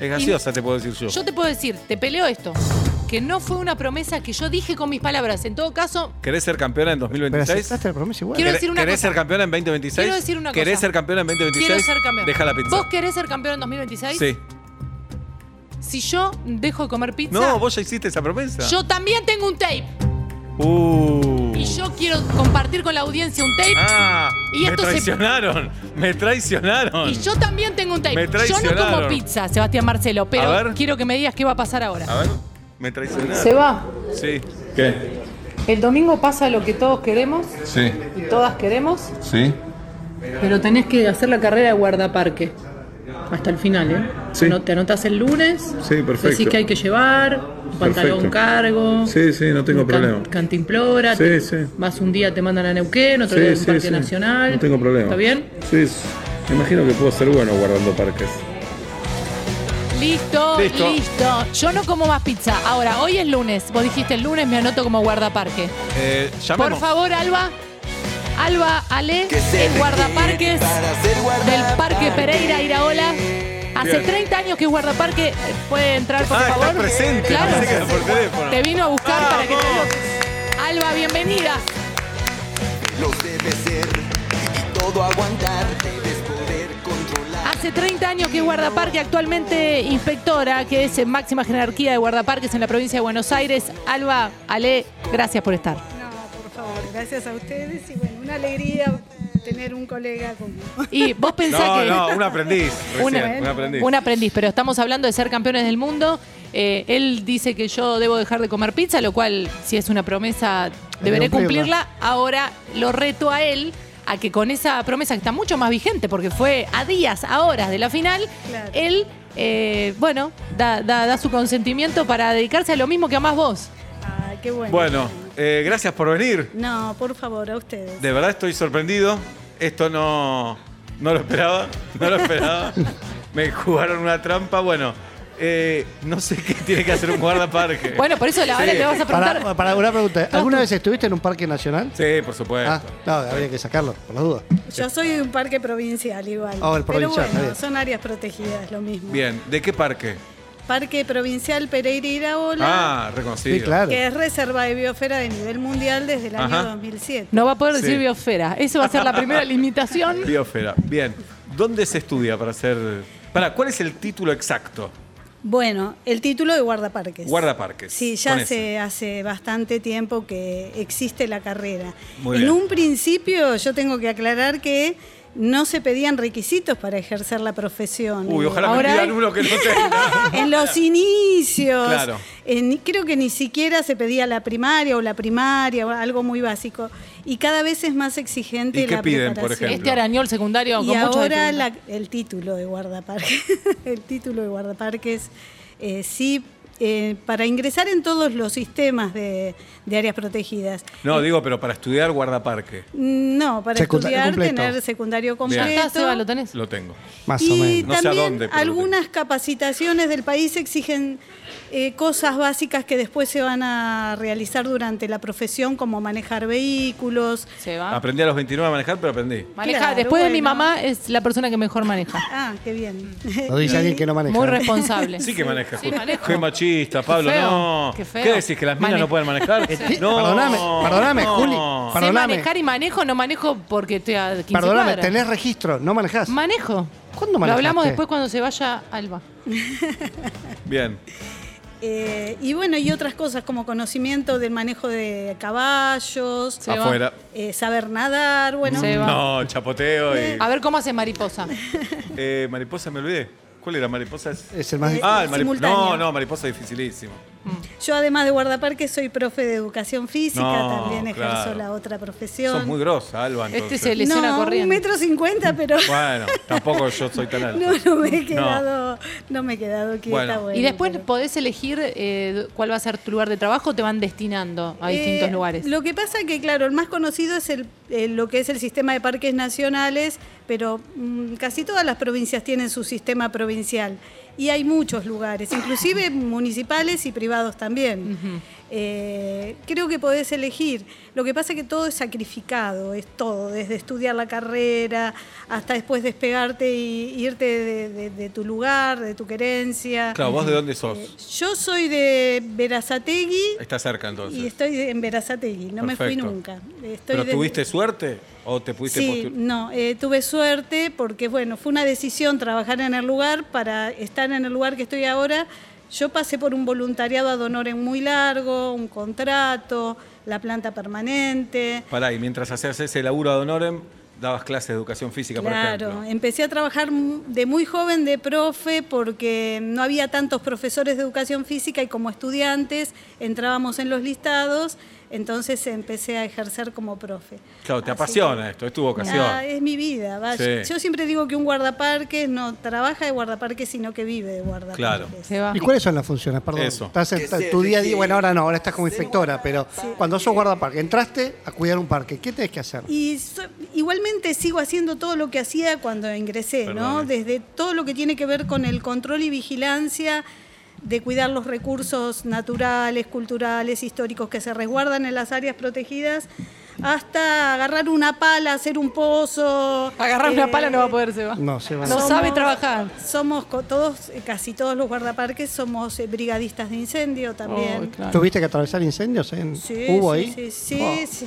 [SPEAKER 8] Es gaseosa, te puedo decir yo.
[SPEAKER 5] Yo te puedo decir, te peleo esto, que no fue una promesa que yo dije con mis palabras. En todo caso,
[SPEAKER 8] ¿Querés ser campeona en
[SPEAKER 6] Pero
[SPEAKER 8] 2026?
[SPEAKER 6] aceptaste la promesa igual.
[SPEAKER 5] Quiero
[SPEAKER 8] ¿Querés-
[SPEAKER 5] decir una
[SPEAKER 8] ¿Querés
[SPEAKER 5] cosa.
[SPEAKER 8] ser campeona en 2026?
[SPEAKER 5] Quiero decir una
[SPEAKER 8] ¿Querés
[SPEAKER 5] cosa.
[SPEAKER 8] ser campeona en 2026?
[SPEAKER 5] quiero ser campeón.
[SPEAKER 8] Deja la pizza.
[SPEAKER 5] ¿Vos querés ser campeón en 2026?
[SPEAKER 8] Sí.
[SPEAKER 5] Si yo dejo de comer pizza,
[SPEAKER 8] No, vos ya hiciste esa promesa.
[SPEAKER 5] yo también tengo un tape.
[SPEAKER 8] Uh.
[SPEAKER 5] Y yo quiero compartir con la audiencia un tape.
[SPEAKER 8] Ah.
[SPEAKER 5] Y
[SPEAKER 8] me
[SPEAKER 5] esto se-
[SPEAKER 8] traicionaron. Me traicionaron.
[SPEAKER 5] Y yo también tengo un
[SPEAKER 8] Me
[SPEAKER 5] tape. Yo no
[SPEAKER 8] traicionaron.
[SPEAKER 5] como pizza, Sebastián Marcelo,
[SPEAKER 8] A
[SPEAKER 5] pero
[SPEAKER 8] ver.
[SPEAKER 5] quiero que me digas qué va a pasar ahora.
[SPEAKER 8] A ver, me traicionaron.
[SPEAKER 5] va.
[SPEAKER 8] Sí.
[SPEAKER 5] El domingo pasa lo que todos queremos,
[SPEAKER 9] Sí,
[SPEAKER 5] todas queremos,
[SPEAKER 9] sí.
[SPEAKER 5] pero tenés que hacer la carrera de guardaparque. Hasta el final, ¿eh?
[SPEAKER 9] Sí.
[SPEAKER 5] No- Te anotás el lunes.
[SPEAKER 9] Sí, perfecto.
[SPEAKER 5] Decís que hay que llevar, un pantalón
[SPEAKER 9] Perfecto.
[SPEAKER 5] cargo.
[SPEAKER 9] Sí, sí, no tengo
[SPEAKER 5] can-
[SPEAKER 9] problema.
[SPEAKER 5] Cantimplora.
[SPEAKER 9] Sí,
[SPEAKER 5] te-
[SPEAKER 9] sí.
[SPEAKER 5] Vas un día, te mandan a Neuquén, otro día a un
[SPEAKER 9] sí,
[SPEAKER 5] parque
[SPEAKER 9] sí.
[SPEAKER 5] nacional.
[SPEAKER 9] No tengo problema.
[SPEAKER 5] ¿Está bien?
[SPEAKER 9] Sí, sí. me imagino que puedo ser bueno guardando parques.
[SPEAKER 5] Listo,
[SPEAKER 8] Listo.
[SPEAKER 5] listo, Yo no como más pizza. Ahora, hoy es lunes. Vos dijiste el lunes me anoto como guardaparque.
[SPEAKER 8] Eh,
[SPEAKER 5] Por
[SPEAKER 8] llamemos.
[SPEAKER 5] favor, Alba. Alba, Ale, el guardaparques del Parque Pereira Iraola. Hace
[SPEAKER 8] Bien.
[SPEAKER 5] 30 años que es guardaparque. Eh, Puede entrar, por
[SPEAKER 8] Ah,
[SPEAKER 5] favor.
[SPEAKER 8] está presente.
[SPEAKER 5] Claro.
[SPEAKER 8] Pensé que era por teléfono.
[SPEAKER 5] Te vino a buscar para que te
[SPEAKER 8] ¡Vamos!
[SPEAKER 5] lo- Alba, bienvenida.
[SPEAKER 10] Los debe ser y todo aguantar debes poder controlar.
[SPEAKER 5] Hace 30 años que es guardaparque, actualmente inspectora, que es en máxima jerarquía de guardaparques en la provincia de Buenos Aires. Alba, Ale, gracias por estar.
[SPEAKER 11] No, por favor, gracias a ustedes y bueno, una alegría tener un colega como
[SPEAKER 5] Y vos pensás
[SPEAKER 8] No,
[SPEAKER 5] que.
[SPEAKER 8] no, un aprendiz.
[SPEAKER 5] Una-
[SPEAKER 8] recién, un aprendiz.
[SPEAKER 5] Un aprendiz, pero estamos hablando de ser campeones del mundo. Eh, él dice que yo debo dejar de comer pizza, lo cual, si es una promesa, deberé
[SPEAKER 6] cumplirla.
[SPEAKER 5] cumplirla. Ahora lo reto a él a que con esa promesa, que está mucho más vigente, porque fue a días, a horas de la final,
[SPEAKER 11] Claro.
[SPEAKER 5] él, eh, bueno, da, da- da su consentimiento para dedicarse a lo mismo que amás vos.
[SPEAKER 11] Ay, qué bueno.
[SPEAKER 8] Bueno, eh, gracias por venir.
[SPEAKER 11] No, por favor, a ustedes.
[SPEAKER 8] De verdad estoy sorprendido. Esto no, no lo esperaba. No lo esperaba. Me jugaron una trampa. Bueno, eh, no sé qué tiene que hacer un guardaparque.
[SPEAKER 5] Bueno, por eso la
[SPEAKER 8] Eh, Sí.
[SPEAKER 5] ahora te vas a preguntar.
[SPEAKER 6] Para, para una pregunta, ¿alguna vez estuviste en un parque nacional?
[SPEAKER 8] Sí, por supuesto.
[SPEAKER 6] Ah, no, habría que sacarlo, por las dudas.
[SPEAKER 11] Yo soy de un parque provincial igual.
[SPEAKER 6] Ah, el
[SPEAKER 11] pero
[SPEAKER 6] provincial, está
[SPEAKER 11] bueno,
[SPEAKER 6] bien.
[SPEAKER 11] son áreas protegidas, lo mismo.
[SPEAKER 8] Bien, ¿de qué parque?
[SPEAKER 11] Parque Provincial Pereira Iraola,
[SPEAKER 8] Ah, reconocido.
[SPEAKER 6] Sí, claro.
[SPEAKER 11] que es reserva de biosfera de nivel mundial desde el
[SPEAKER 8] Ajá.
[SPEAKER 11] año 2007.
[SPEAKER 5] No va a poder decir
[SPEAKER 8] Sí.
[SPEAKER 5] biosfera. Eso va a ser la primera limitación.
[SPEAKER 8] Biosfera. Bien. ¿Dónde se estudia para hacer...? Para, ¿cuál es el título exacto?
[SPEAKER 11] Bueno, el título de guardaparques.
[SPEAKER 8] Guardaparques,
[SPEAKER 11] Sí, ya
[SPEAKER 8] con
[SPEAKER 11] hace, hace bastante tiempo que existe la carrera.
[SPEAKER 8] Muy
[SPEAKER 11] en
[SPEAKER 8] bien.
[SPEAKER 11] un principio yo tengo que aclarar que no se pedían requisitos para ejercer la profesión.
[SPEAKER 8] Uy,
[SPEAKER 11] Eh,
[SPEAKER 8] ojalá
[SPEAKER 5] Ahora
[SPEAKER 8] me
[SPEAKER 5] hay-
[SPEAKER 8] pidan uno que no tenga.
[SPEAKER 11] En los inicios,
[SPEAKER 8] Claro.
[SPEAKER 11] eh, ni- creo que ni siquiera se pedía la primaria o la primaria, o algo muy básico. Y cada vez es más exigente
[SPEAKER 8] ¿Y qué
[SPEAKER 11] la
[SPEAKER 8] piden, por
[SPEAKER 11] preparación.
[SPEAKER 5] Este arañol secundario
[SPEAKER 11] Y
[SPEAKER 5] con mucho
[SPEAKER 11] ahora la- el título de guardaparques. el título de guardaparques, eh, sí, eh, para ingresar en todos los sistemas de, de áreas protegidas.
[SPEAKER 8] No, digo, pero para estudiar guardaparque.
[SPEAKER 11] No, para
[SPEAKER 6] Secundario
[SPEAKER 11] estudiar,
[SPEAKER 6] completo.
[SPEAKER 11] tener secundario completo.
[SPEAKER 5] Ya está, Ah, Seba, lo tenés.
[SPEAKER 8] Lo tengo.
[SPEAKER 6] Más
[SPEAKER 11] y
[SPEAKER 6] o menos.
[SPEAKER 8] No sé a
[SPEAKER 11] también
[SPEAKER 8] dónde, pero lo
[SPEAKER 11] algunas capacitaciones del país exigen eh, cosas básicas que después se van a realizar durante la profesión, como manejar vehículos.
[SPEAKER 5] Se va.
[SPEAKER 8] Aprendí a los 29 a manejar, pero aprendí.
[SPEAKER 5] Maneja,
[SPEAKER 11] Claro,
[SPEAKER 5] después de mi
[SPEAKER 11] bueno.
[SPEAKER 5] mamá es la persona que mejor maneja.
[SPEAKER 11] Ah, qué bien.
[SPEAKER 5] Mm.
[SPEAKER 6] Lo dice alguien que no maneja.
[SPEAKER 5] Muy responsable.
[SPEAKER 8] Sí que maneja.
[SPEAKER 5] Sí, manejo.
[SPEAKER 8] Qué machista, Pablo,
[SPEAKER 5] feo,
[SPEAKER 8] no.
[SPEAKER 5] qué feo.
[SPEAKER 8] decís? ¿Que las minas
[SPEAKER 5] Mane-
[SPEAKER 8] no pueden manejar?
[SPEAKER 6] Sí,
[SPEAKER 8] No,
[SPEAKER 6] Eh, perdóname, perdóname,
[SPEAKER 8] no.
[SPEAKER 6] Juli.
[SPEAKER 5] Sé
[SPEAKER 6] Perdóname.
[SPEAKER 5] manejar y manejo, no manejo porque estoy a 15
[SPEAKER 6] Perdóname,
[SPEAKER 5] cuadras.
[SPEAKER 6] tenés registro, no manejás.
[SPEAKER 5] Manejo.
[SPEAKER 6] ¿Cuándo
[SPEAKER 5] Lo
[SPEAKER 6] manejaste?
[SPEAKER 5] hablamos después cuando se vaya Alba.
[SPEAKER 8] Bien.
[SPEAKER 11] Eh, y bueno, y otras cosas como conocimiento del manejo de caballos,
[SPEAKER 5] Se va.
[SPEAKER 8] Afuera.
[SPEAKER 11] eh, saber nadar, bueno.
[SPEAKER 5] Se va. Ah.
[SPEAKER 8] No, chapoteo y.
[SPEAKER 5] A ver cómo hace mariposa.
[SPEAKER 8] Eh, mariposa me olvidé. ¿Cuál era? Mariposa es.
[SPEAKER 6] Es el más
[SPEAKER 11] Eh,
[SPEAKER 6] difícil.
[SPEAKER 8] Ah, el mariposa.
[SPEAKER 11] simultáneo.
[SPEAKER 8] No, no, mariposa es dificilísimo.
[SPEAKER 11] Yo además de guardaparque soy profe de educación física,
[SPEAKER 8] No,
[SPEAKER 11] también ejerzo
[SPEAKER 8] claro.
[SPEAKER 11] la otra profesión.
[SPEAKER 8] Sos muy grosa, Alba.
[SPEAKER 5] Este
[SPEAKER 8] entonces.
[SPEAKER 5] es el- lesiona
[SPEAKER 11] no,
[SPEAKER 5] corriendo.
[SPEAKER 11] un metro cincuenta, pero
[SPEAKER 8] Bueno, tampoco yo soy tan alto.
[SPEAKER 11] no, no me he quedado, no, me he quedado quieta.
[SPEAKER 8] Bueno.
[SPEAKER 11] Bueno.
[SPEAKER 5] y después
[SPEAKER 11] pero-
[SPEAKER 5] podés elegir eh, cuál va a ser tu lugar de trabajo o te van destinando a distintos
[SPEAKER 11] Eh,
[SPEAKER 5] lugares.
[SPEAKER 11] Lo que pasa que, claro, el más conocido es el, eh, lo que es el sistema de parques nacionales, pero mm, casi todas las provincias tienen su sistema provincial. Y hay muchos lugares, inclusive municipales y privados también. Eh, creo que podés elegir. Lo que pasa que todo es sacrificado, es todo, desde estudiar la carrera hasta después despegarte y irte de, de- de tu lugar, de tu querencia.
[SPEAKER 8] Claro, ¿vos de dónde sos?
[SPEAKER 11] Yo soy de Verazategui.
[SPEAKER 8] Está cerca
[SPEAKER 11] Y
[SPEAKER 8] entonces.
[SPEAKER 11] estoy en Verazategui, no me fui
[SPEAKER 8] Perfecto.
[SPEAKER 11] nunca. Estoy
[SPEAKER 8] ¿Pero
[SPEAKER 11] de-
[SPEAKER 8] tuviste suerte o te pudiste
[SPEAKER 11] Sí,
[SPEAKER 8] postular?
[SPEAKER 11] no, eh, tuve suerte porque, bueno, fue una decisión trabajar en el lugar para estar en el lugar que estoy ahora. Yo pasé por un voluntariado ad honorem muy largo, un contrato, la planta permanente.
[SPEAKER 8] Pará, y mientras haces ese laburo ad honorem, dabas clases de educación física, por
[SPEAKER 11] Claro,
[SPEAKER 8] ejemplo.
[SPEAKER 11] empecé a trabajar m- de muy joven de profe porque no había tantos profesores de educación física y como estudiantes entrábamos en los listados, entonces empecé a ejercer como profe.
[SPEAKER 8] Claro, te
[SPEAKER 11] Así
[SPEAKER 8] apasiona esto, es tu
[SPEAKER 11] que,
[SPEAKER 8] vocación.
[SPEAKER 11] ah, es mi vida. va.
[SPEAKER 8] Sí.
[SPEAKER 11] Yo siempre digo que un guardaparque no trabaja de guardaparque, sino que vive de guardaparque.
[SPEAKER 8] Claro.
[SPEAKER 5] Se va.
[SPEAKER 6] ¿Y cuáles son las funciones? Perdón.
[SPEAKER 8] Eso.
[SPEAKER 6] Estás en-
[SPEAKER 10] Ese
[SPEAKER 6] tu día a
[SPEAKER 10] de-
[SPEAKER 6] día, bueno, ahora no, ahora estás como inspectora, pero cuando sos guardaparque, entraste a cuidar un parque, ¿qué tenés que hacer?
[SPEAKER 11] Y so- igualmente sigo haciendo todo lo que hacía cuando ingresé, ¿no?
[SPEAKER 8] Perdón, eh.
[SPEAKER 11] Desde todo lo que tiene que ver con el control y vigilancia de cuidar los recursos naturales, culturales, históricos que se resguardan en las áreas protegidas, hasta agarrar una pala, hacer un pozo.
[SPEAKER 5] Agarrar
[SPEAKER 11] eh,
[SPEAKER 5] una pala no va a poder, se va.
[SPEAKER 6] No, se va.
[SPEAKER 5] No
[SPEAKER 11] somos-
[SPEAKER 5] sabe trabajar.
[SPEAKER 11] Somos co- todos, eh, casi todos los guardaparques, somos eh, brigadistas de incendio también.
[SPEAKER 5] Oh, claro.
[SPEAKER 6] ¿Tuviste que atravesar incendios? en-
[SPEAKER 11] Sí,
[SPEAKER 6] ¿Hubo
[SPEAKER 11] sí,
[SPEAKER 6] ahí? Oh.
[SPEAKER 11] Sí, sí, sí.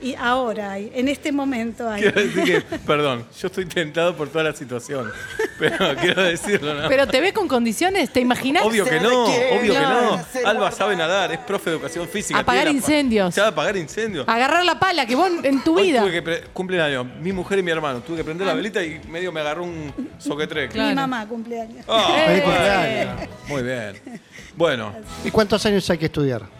[SPEAKER 11] Y ahora hay, en este momento hay.
[SPEAKER 8] Quiero decir que, perdón, yo estoy tentado por toda la situación, pero quiero decirlo, ¿no?
[SPEAKER 5] Pero te ves con condiciones, ¿te imaginas?
[SPEAKER 8] Obvio que no, obvio que
[SPEAKER 5] Claro.
[SPEAKER 8] no. Alba sabe nadar, es profe de educación física.
[SPEAKER 5] Apagar
[SPEAKER 8] tiene la pa-
[SPEAKER 5] incendios.
[SPEAKER 8] Sabe apagar incendios.
[SPEAKER 5] Agarrar la pala que vos en tu
[SPEAKER 8] Hoy
[SPEAKER 5] vida.
[SPEAKER 8] Tuve que pre- cumpleaños, mi mujer y mi hermano. Tuve que prender la velita y medio me agarró un soquetrec.
[SPEAKER 5] Claro.
[SPEAKER 11] Mi mamá cumpleaños.
[SPEAKER 8] Ah,
[SPEAKER 6] Feliz
[SPEAKER 5] Eh.
[SPEAKER 6] cumpleaños.
[SPEAKER 8] muy bien. Bueno,
[SPEAKER 6] ¿Y cuántos años hay que estudiar?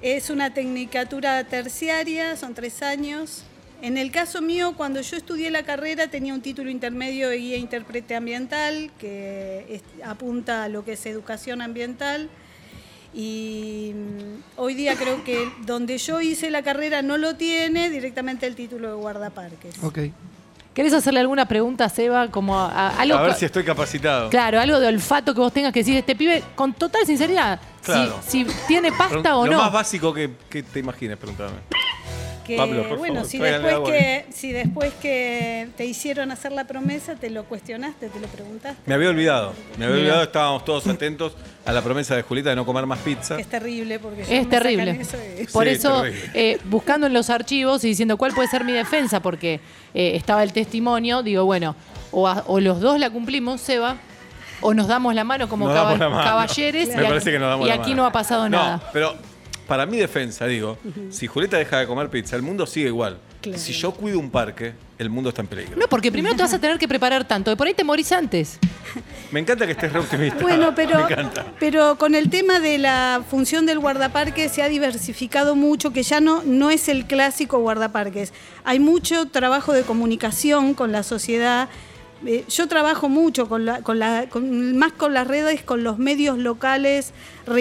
[SPEAKER 11] Es una tecnicatura terciaria, son tres años. En el caso mío, cuando yo estudié la carrera, tenía un título intermedio de guía intérprete ambiental, que es- apunta a lo que es educación ambiental. Y mm, hoy día creo que donde yo hice la carrera no lo tiene directamente el título de guardaparques.
[SPEAKER 6] Ok.
[SPEAKER 5] ¿Querés hacerle alguna pregunta a Seba? Como a- a- algo
[SPEAKER 8] a ver
[SPEAKER 5] que-
[SPEAKER 8] si estoy capacitado.
[SPEAKER 5] Claro, algo de olfato que vos tengas que decir este pibe con total sinceridad. si-
[SPEAKER 8] Claro.
[SPEAKER 5] Si, tiene pasta o
[SPEAKER 8] lo
[SPEAKER 5] no.
[SPEAKER 8] más básico que, que te imagines, preguntame.
[SPEAKER 11] Que,
[SPEAKER 8] Pablo, por
[SPEAKER 11] bueno,
[SPEAKER 8] favor,
[SPEAKER 11] si,
[SPEAKER 8] tráigale
[SPEAKER 11] después
[SPEAKER 8] agua
[SPEAKER 11] que, si después que te hicieron hacer la promesa, te lo cuestionaste, te lo preguntaste.
[SPEAKER 8] Me había olvidado, me había
[SPEAKER 5] Mira.
[SPEAKER 8] olvidado, estábamos todos atentos a la promesa de Julieta de no comer más pizza.
[SPEAKER 11] Es terrible porque yo
[SPEAKER 5] Es
[SPEAKER 11] me sacan
[SPEAKER 5] terrible.
[SPEAKER 11] eso y-
[SPEAKER 5] Por
[SPEAKER 8] Sí,
[SPEAKER 5] eso,
[SPEAKER 8] terrible.
[SPEAKER 5] eh, buscando en los archivos y diciendo cuál puede ser mi defensa, porque eh, estaba el testimonio, digo, bueno, o, a- o los dos la cumplimos, Seba, o nos damos la mano como
[SPEAKER 8] Nos
[SPEAKER 5] caba-
[SPEAKER 8] damos la mano.
[SPEAKER 5] caballeres.
[SPEAKER 8] Me
[SPEAKER 5] y
[SPEAKER 8] parece
[SPEAKER 5] aquí,
[SPEAKER 8] que nos damos
[SPEAKER 5] y
[SPEAKER 8] la
[SPEAKER 5] aquí
[SPEAKER 8] mano.
[SPEAKER 5] no ha pasado
[SPEAKER 8] No,
[SPEAKER 5] nada.
[SPEAKER 8] pero para mi defensa, digo, si Julieta deja de comer pizza, el mundo sigue igual.
[SPEAKER 11] Claro.
[SPEAKER 8] Si yo cuido un parque, el mundo está en peligro.
[SPEAKER 5] No, porque primero te vas a tener que preparar tanto, y por ahí te morís antes.
[SPEAKER 8] Me encanta que estés re optimista.
[SPEAKER 11] Bueno, pero,
[SPEAKER 8] Me encanta.
[SPEAKER 11] pero con el tema de la función del guardaparque se ha diversificado mucho, que ya no, no es el clásico guardaparques. Hay mucho trabajo de comunicación con la sociedad. Eh, yo trabajo mucho, con la- con la- con- más con las redes, con los medios locales,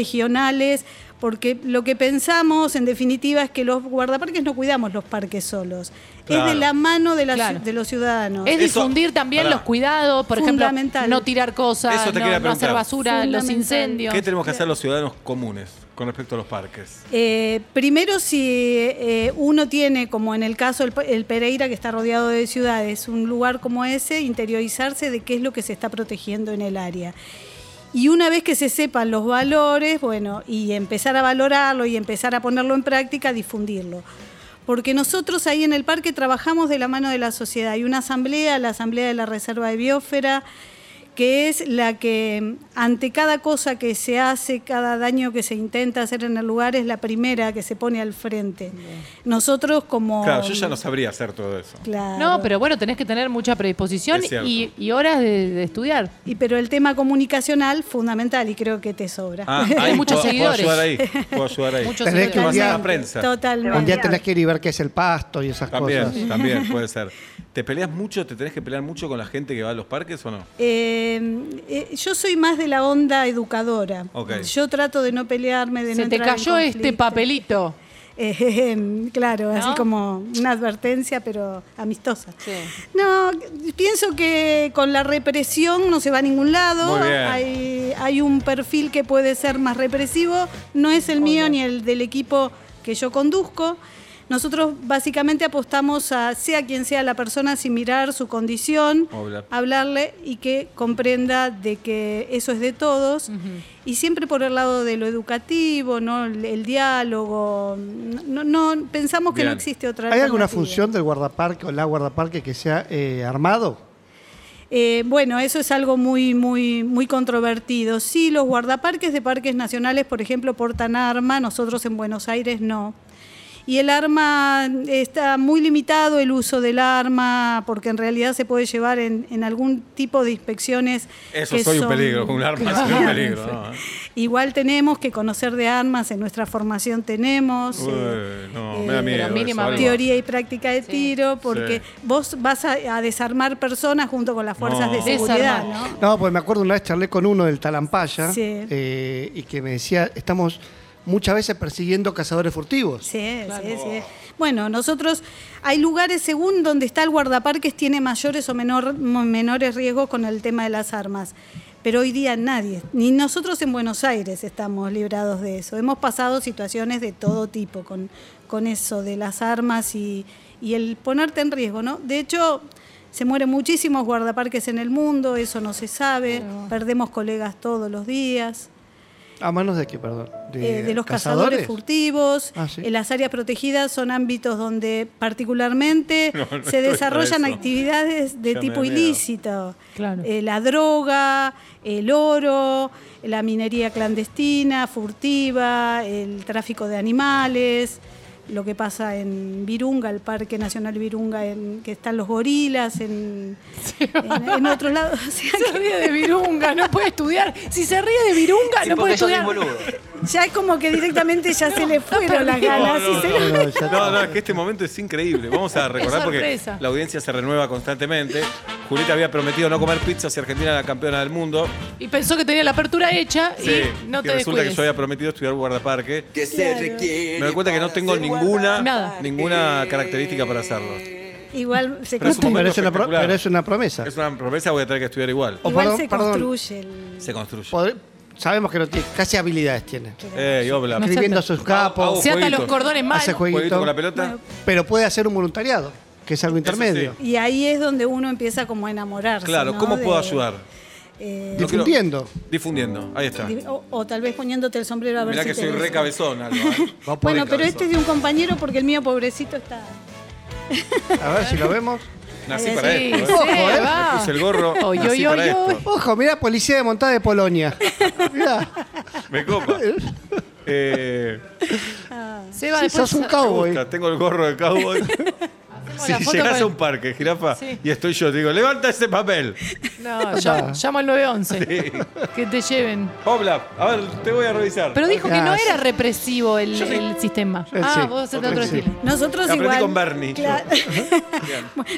[SPEAKER 11] regionales, porque lo que pensamos, en definitiva, es que los guardaparques no cuidamos los parques solos. Es
[SPEAKER 8] Claro.
[SPEAKER 11] de la mano de, la ci-
[SPEAKER 5] Claro.
[SPEAKER 11] de los ciudadanos.
[SPEAKER 5] Es
[SPEAKER 8] Eso-
[SPEAKER 5] difundir también
[SPEAKER 8] Pará.
[SPEAKER 5] los cuidados, por ejemplo,
[SPEAKER 11] Fundamental.
[SPEAKER 5] no tirar cosas,
[SPEAKER 8] Eso te
[SPEAKER 5] no,
[SPEAKER 8] quería
[SPEAKER 5] no hacer
[SPEAKER 8] preguntar.
[SPEAKER 5] basura, los
[SPEAKER 11] Fundamental.
[SPEAKER 5] incendios.
[SPEAKER 8] ¿Qué tenemos que hacer los ciudadanos comunes con respecto a los parques?
[SPEAKER 11] Eh, primero, si eh, uno tiene, como en el caso del Pe- el Pereira, que está rodeado de ciudades, un lugar como ese, interiorizarse de qué es lo que se está protegiendo en el área. Y una vez que se sepan los valores, bueno, y empezar a valorarlo y empezar a ponerlo en práctica, difundirlo. Porque nosotros ahí en el parque trabajamos de la mano de la sociedad. Hay una asamblea, la Asamblea de la Reserva de Biosfera, que es la que ante cada cosa que se hace, cada daño que se intenta hacer en el lugar, es la primera que se pone al frente. Nosotros como...
[SPEAKER 8] Claro, yo ya no sabría hacer todo eso.
[SPEAKER 11] Claro.
[SPEAKER 5] No, pero bueno, tenés que tener mucha predisposición
[SPEAKER 8] Es cierto.
[SPEAKER 5] y, y horas de, de estudiar.
[SPEAKER 11] Y pero el tema comunicacional, fundamental, y creo que te sobra.
[SPEAKER 8] Ah,
[SPEAKER 5] Hay muchos
[SPEAKER 8] puedo,
[SPEAKER 5] seguidores.
[SPEAKER 8] Puedo ayudar ahí. Puedo ayudar ahí.
[SPEAKER 5] Muchos
[SPEAKER 6] Tenés que
[SPEAKER 5] seguidores.
[SPEAKER 8] Vas a la
[SPEAKER 6] un día,
[SPEAKER 8] prensa.
[SPEAKER 11] Totalmente.
[SPEAKER 6] un día tenés que ir y ver qué es el pasto y esas
[SPEAKER 8] También,
[SPEAKER 6] cosas.
[SPEAKER 8] también puede ser. ¿Te peleas mucho? ¿Te tenés que pelear mucho con la gente que va a los parques o no?
[SPEAKER 11] Eh, eh, yo soy más de la onda educadora.
[SPEAKER 8] Ok.
[SPEAKER 11] Yo trato de no pelearme, de
[SPEAKER 5] Se
[SPEAKER 11] no
[SPEAKER 5] te
[SPEAKER 11] entrar en
[SPEAKER 5] cayó este
[SPEAKER 11] conflicto.
[SPEAKER 5] papelito.
[SPEAKER 11] Eh, eh, eh, claro, así
[SPEAKER 5] ¿No?
[SPEAKER 11] como una advertencia, pero amistosa. No, pienso que con la represión no se va a ningún lado.
[SPEAKER 8] Muy bien.
[SPEAKER 11] Hay, eh, hay un perfil que puede ser más represivo. No es el mío ni el del equipo que yo conduzco. Nosotros básicamente apostamos a, sea quien sea la persona, sin mirar su condición,
[SPEAKER 8] Hablar.
[SPEAKER 11] hablarle y que comprenda de que eso es de todos. Y siempre por el lado de lo educativo, ¿no? el, el diálogo. No, no- no- pensamos que no
[SPEAKER 8] Bien.
[SPEAKER 11] existe otra
[SPEAKER 6] ¿Hay alguna
[SPEAKER 11] alternativa.
[SPEAKER 6] función del guardaparque o la guardaparque que sea eh, armado?
[SPEAKER 11] Eh, bueno, eso es algo muy, muy, muy controvertido. Sí, los guardaparques de parques nacionales, por ejemplo, portan arma, nosotros en Buenos Aires no. y el arma está muy limitado el uso del arma porque en realidad se puede llevar en, en algún tipo de inspecciones.
[SPEAKER 8] Eso
[SPEAKER 11] que
[SPEAKER 8] soy un
[SPEAKER 11] son-
[SPEAKER 8] peligro, con un arma soy un peligro. ¿no? Eh,
[SPEAKER 11] Igual tenemos que conocer de armas, en nuestra formación tenemos. eh,
[SPEAKER 8] Uy, no, me da
[SPEAKER 11] eh,
[SPEAKER 8] miedo.
[SPEAKER 5] pero
[SPEAKER 8] eso,
[SPEAKER 5] mínimamente.
[SPEAKER 8] algo.
[SPEAKER 11] teoría y práctica de tiro, porque
[SPEAKER 8] Sí.
[SPEAKER 11] vos vas a, a desarmar personas junto con las fuerzas
[SPEAKER 8] No.
[SPEAKER 11] de seguridad,
[SPEAKER 5] Desarmar.
[SPEAKER 11] ¿no?
[SPEAKER 6] No, pues me acuerdo una vez charlé con uno del Talampaya
[SPEAKER 11] Sí.
[SPEAKER 6] eh, y que me decía, estamos muchas veces persiguiendo cazadores furtivos.
[SPEAKER 11] Sí, sí, sí. Bueno, nosotros hay lugares según donde está el guardaparques tiene mayores o menor- mo- menores riesgos con el tema de las armas. Pero hoy día nadie, ni nosotros en Buenos Aires estamos librados de eso. Hemos pasado situaciones de todo tipo con, con eso de las armas y, y el ponerte en riesgo, ¿no? De hecho, se mueren muchísimos guardaparques en el mundo, eso no se sabe, perdemos colegas todos los días.
[SPEAKER 6] ¿A Ah, manos de qué, perdón?
[SPEAKER 8] este,
[SPEAKER 11] Eh, de los cazadores, furtivos.
[SPEAKER 6] Ah, sí.
[SPEAKER 11] Eh, las áreas protegidas son ámbitos donde particularmente
[SPEAKER 8] no
[SPEAKER 11] se
[SPEAKER 8] estoy
[SPEAKER 11] desarrollan
[SPEAKER 8] para eso.
[SPEAKER 11] actividades de
[SPEAKER 8] Ya me
[SPEAKER 11] tipo
[SPEAKER 8] da miedo.
[SPEAKER 11] ilícito.
[SPEAKER 5] Claro.
[SPEAKER 11] Eh, la droga, el oro, la minería clandestina, furtiva, el tráfico de animales. Lo que pasa en Virunga, el Parque Nacional Virunga, en, que están los gorilas, en, en, en otros lados. O sea
[SPEAKER 5] Se ríe de Virunga, no puede estudiar. Si se ríe de Virunga, no puede estudiar.
[SPEAKER 11] Ya es como que directamente ya se le fueron las
[SPEAKER 5] perdido.
[SPEAKER 11] ganas.
[SPEAKER 8] No,
[SPEAKER 11] y se le-
[SPEAKER 8] no, no, no, no, es que este momento es increíble. Vamos a recordar porque
[SPEAKER 5] sorpresa.
[SPEAKER 8] la audiencia se renueva constantemente. Julita había prometido no comer pizza si Argentina era la campeona del mundo.
[SPEAKER 5] Y pensó que tenía la apertura hecha
[SPEAKER 8] Sí,
[SPEAKER 5] y no te
[SPEAKER 8] resulta que
[SPEAKER 5] descuides.
[SPEAKER 8] yo había prometido estudiar guardaparque.
[SPEAKER 10] que se requiere
[SPEAKER 8] Me doy cuenta que no
[SPEAKER 10] para
[SPEAKER 8] tengo
[SPEAKER 10] ser
[SPEAKER 8] ninguna,
[SPEAKER 5] Nada. Eh.
[SPEAKER 8] ninguna característica para hacerlo.
[SPEAKER 11] Igual se
[SPEAKER 8] Pero es un
[SPEAKER 11] construye.
[SPEAKER 6] Pero
[SPEAKER 8] momento
[SPEAKER 6] es, una pro-
[SPEAKER 8] espectacular.
[SPEAKER 6] pero es una promesa.
[SPEAKER 8] Es una promesa, voy a tener que estudiar igual.
[SPEAKER 5] Oh.
[SPEAKER 6] O
[SPEAKER 11] Igual
[SPEAKER 6] perdón,
[SPEAKER 11] se
[SPEAKER 6] perdón.
[SPEAKER 11] construye el-
[SPEAKER 8] Se construye. Eh,
[SPEAKER 6] Podr- Sabemos que no tiene, casi habilidades tiene.
[SPEAKER 8] Ey, obla.
[SPEAKER 5] No sé.
[SPEAKER 6] Escribiendo a sus capos,
[SPEAKER 5] Se ata
[SPEAKER 8] Jueguito.
[SPEAKER 5] los cordones mal.
[SPEAKER 6] hace
[SPEAKER 8] Jueguito
[SPEAKER 6] jueguito,
[SPEAKER 8] con la pelota.
[SPEAKER 11] Bueno,
[SPEAKER 6] pero puede hacer un voluntariado, que es algo intermedio.
[SPEAKER 8] sí.
[SPEAKER 11] Y ahí es donde uno empieza como a enamorarse.
[SPEAKER 8] Claro,
[SPEAKER 11] ¿no?
[SPEAKER 8] ¿cómo
[SPEAKER 11] De-
[SPEAKER 8] puedo ayudar?
[SPEAKER 11] eh,
[SPEAKER 8] No quiero-
[SPEAKER 6] Difundiendo.
[SPEAKER 8] Difundiendo, ahí está.
[SPEAKER 11] di- o, o tal vez poniéndote el sombrero a ver
[SPEAKER 8] Mirá
[SPEAKER 11] si
[SPEAKER 8] que
[SPEAKER 11] te
[SPEAKER 8] soy
[SPEAKER 11] ves.
[SPEAKER 8] re cabezón, Alba, ¿eh?
[SPEAKER 6] Va por
[SPEAKER 11] Bueno,
[SPEAKER 6] el
[SPEAKER 11] pero
[SPEAKER 6] cabezón.
[SPEAKER 11] este es de un compañero porque el mío pobrecito está.
[SPEAKER 6] A ver si lo vemos.
[SPEAKER 8] Nací
[SPEAKER 11] Sí,
[SPEAKER 8] para
[SPEAKER 5] Sí,
[SPEAKER 8] esto.
[SPEAKER 5] sí,
[SPEAKER 8] ¿eh?
[SPEAKER 5] va. Oh,
[SPEAKER 8] Me puse el gorro.
[SPEAKER 5] Oy,
[SPEAKER 8] nací
[SPEAKER 5] oy,
[SPEAKER 8] para
[SPEAKER 5] oy,
[SPEAKER 8] esto.
[SPEAKER 5] oy.
[SPEAKER 6] Ojo, mirá, policía de montada de Polonia. Mirá,
[SPEAKER 8] Me copa. Eh,
[SPEAKER 5] Seba, después
[SPEAKER 6] sos un
[SPEAKER 8] puta,
[SPEAKER 6] cowboy.
[SPEAKER 8] tengo el gorro de cowboy. Si
[SPEAKER 5] la foto
[SPEAKER 8] llegas
[SPEAKER 5] con-
[SPEAKER 8] a un parque, jirafa,
[SPEAKER 5] Sí.
[SPEAKER 8] y estoy yo, te digo, levanta ese papel.
[SPEAKER 5] No, llama, llama al 911.
[SPEAKER 8] Sí.
[SPEAKER 5] Que te lleven.
[SPEAKER 8] Obla, a ver, te voy a revisar.
[SPEAKER 5] Pero dijo que no
[SPEAKER 6] Ah, sí.
[SPEAKER 5] era represivo el,
[SPEAKER 8] Yo sí.
[SPEAKER 5] el sistema.
[SPEAKER 6] Eh,
[SPEAKER 5] ah,
[SPEAKER 6] sí.
[SPEAKER 5] vos hacete otro
[SPEAKER 6] Sí.
[SPEAKER 5] estilo.
[SPEAKER 11] Nosotros
[SPEAKER 8] Aprendí
[SPEAKER 11] igual.
[SPEAKER 8] con Bernie.
[SPEAKER 11] Cla-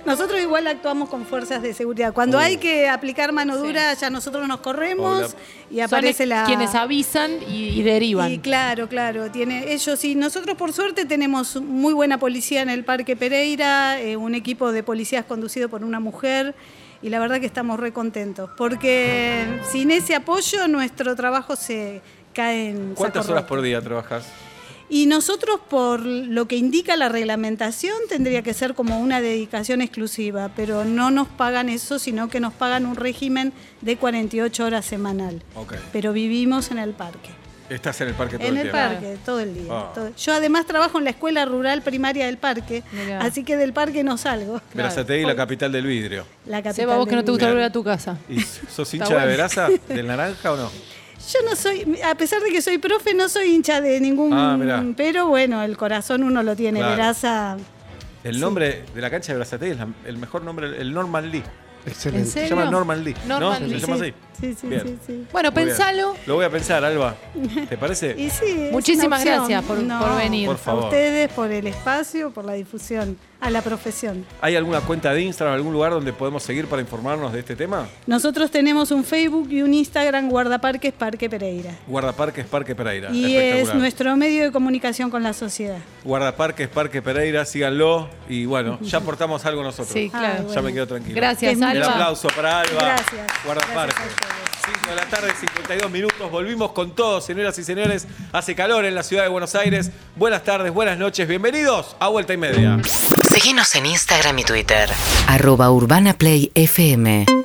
[SPEAKER 11] nosotros igual actuamos con fuerzas de seguridad. Cuando hay que aplicar mano dura, ya nosotros nos corremos
[SPEAKER 8] Hola.
[SPEAKER 11] y aparece
[SPEAKER 5] Son
[SPEAKER 11] la.
[SPEAKER 5] quienes avisan y, y derivan.
[SPEAKER 11] Y claro, claro, tiene ellos y nosotros por suerte tenemos muy buena policía en el Parque Pereira, eh, un equipo de policías conducido por una mujer y la verdad que estamos re contentos porque sin ese apoyo nuestro trabajo se cae en
[SPEAKER 8] ¿Cuántas
[SPEAKER 11] saco
[SPEAKER 8] horas
[SPEAKER 11] roto.
[SPEAKER 8] por día trabajas?
[SPEAKER 11] Y nosotros por lo que indica la reglamentación tendría que ser como una dedicación exclusiva, pero no nos pagan eso, sino que nos pagan un régimen de 48 horas semanal.
[SPEAKER 8] Ok.
[SPEAKER 11] Pero vivimos en el parque.
[SPEAKER 8] Estás en el parque todo
[SPEAKER 11] En
[SPEAKER 8] el,
[SPEAKER 11] el
[SPEAKER 8] tiempo.
[SPEAKER 11] parque, todo el día.
[SPEAKER 8] Ah.
[SPEAKER 11] todo- Yo además trabajo en la escuela rural primaria del parque,
[SPEAKER 5] Mirá.
[SPEAKER 11] así que del parque no salgo.
[SPEAKER 8] Verazategui, la capital del vidrio.
[SPEAKER 11] La capital
[SPEAKER 5] Seba, vos que no
[SPEAKER 11] del-
[SPEAKER 5] te gusta
[SPEAKER 8] Bien.
[SPEAKER 5] volver a tu casa.
[SPEAKER 8] ¿Y sos hincha
[SPEAKER 5] bueno.
[SPEAKER 8] de Veraza? ¿Del naranja o no?
[SPEAKER 11] Yo no soy, a pesar de que soy profe, no soy hincha de ningún.
[SPEAKER 8] Ah, mirá.
[SPEAKER 11] pero bueno, el corazón uno lo tiene.
[SPEAKER 8] Claro.
[SPEAKER 11] Veraza.
[SPEAKER 8] El nombre de la cancha de Verazategui es la- el mejor nombre, el Norman Lee.
[SPEAKER 5] ¿En
[SPEAKER 6] Excelente.
[SPEAKER 8] Se
[SPEAKER 5] serio?
[SPEAKER 8] llama Norman Lee.
[SPEAKER 5] Norman
[SPEAKER 8] ¿no?
[SPEAKER 5] Lee.
[SPEAKER 8] Se llama así.
[SPEAKER 11] Sí, sí, sí,
[SPEAKER 8] Bien.
[SPEAKER 11] sí, sí.
[SPEAKER 5] Bueno,
[SPEAKER 8] Muy bien.
[SPEAKER 5] pensalo.
[SPEAKER 8] Lo voy a pensar, Alba. ¿Te parece?
[SPEAKER 11] Y sí, es una
[SPEAKER 5] Muchísimas
[SPEAKER 11] opción.
[SPEAKER 5] gracias por- por venir.
[SPEAKER 8] Por
[SPEAKER 11] A
[SPEAKER 8] favor.
[SPEAKER 11] ustedes por el espacio, por la difusión, a la profesión.
[SPEAKER 8] ¿Hay alguna cuenta de Instagram, algún lugar donde podemos seguir para informarnos de este tema?
[SPEAKER 11] Nosotros tenemos un Facebook y un Instagram guardaparques Parque Pereira.
[SPEAKER 8] Guardaparques Parque Pereira.
[SPEAKER 11] Y es
[SPEAKER 8] Espectacular.
[SPEAKER 11] nuestro medio de comunicación con la sociedad.
[SPEAKER 8] Guardaparques Parque Pereira, síganlo. Y bueno, ya aportamos algo nosotros.
[SPEAKER 5] Sí,
[SPEAKER 11] Ah,
[SPEAKER 5] claro.
[SPEAKER 11] bueno.
[SPEAKER 8] Ya me quedo tranquilo.
[SPEAKER 5] Gracias,
[SPEAKER 11] Que es
[SPEAKER 8] El
[SPEAKER 11] Alba.
[SPEAKER 8] aplauso para Alba.
[SPEAKER 11] Gracias.
[SPEAKER 8] Guardaparques.
[SPEAKER 11] Gracias a ustedes.
[SPEAKER 8] 5 de la tarde, 52 minutos. Volvimos con todo, señoras y señores. Hace calor en la ciudad de Buenos Aires. Buenas tardes, buenas noches. Bienvenidos a Vuelta y Media.
[SPEAKER 1] Seguinos en Instagram y Twitter. Arroba Urbana Play FM.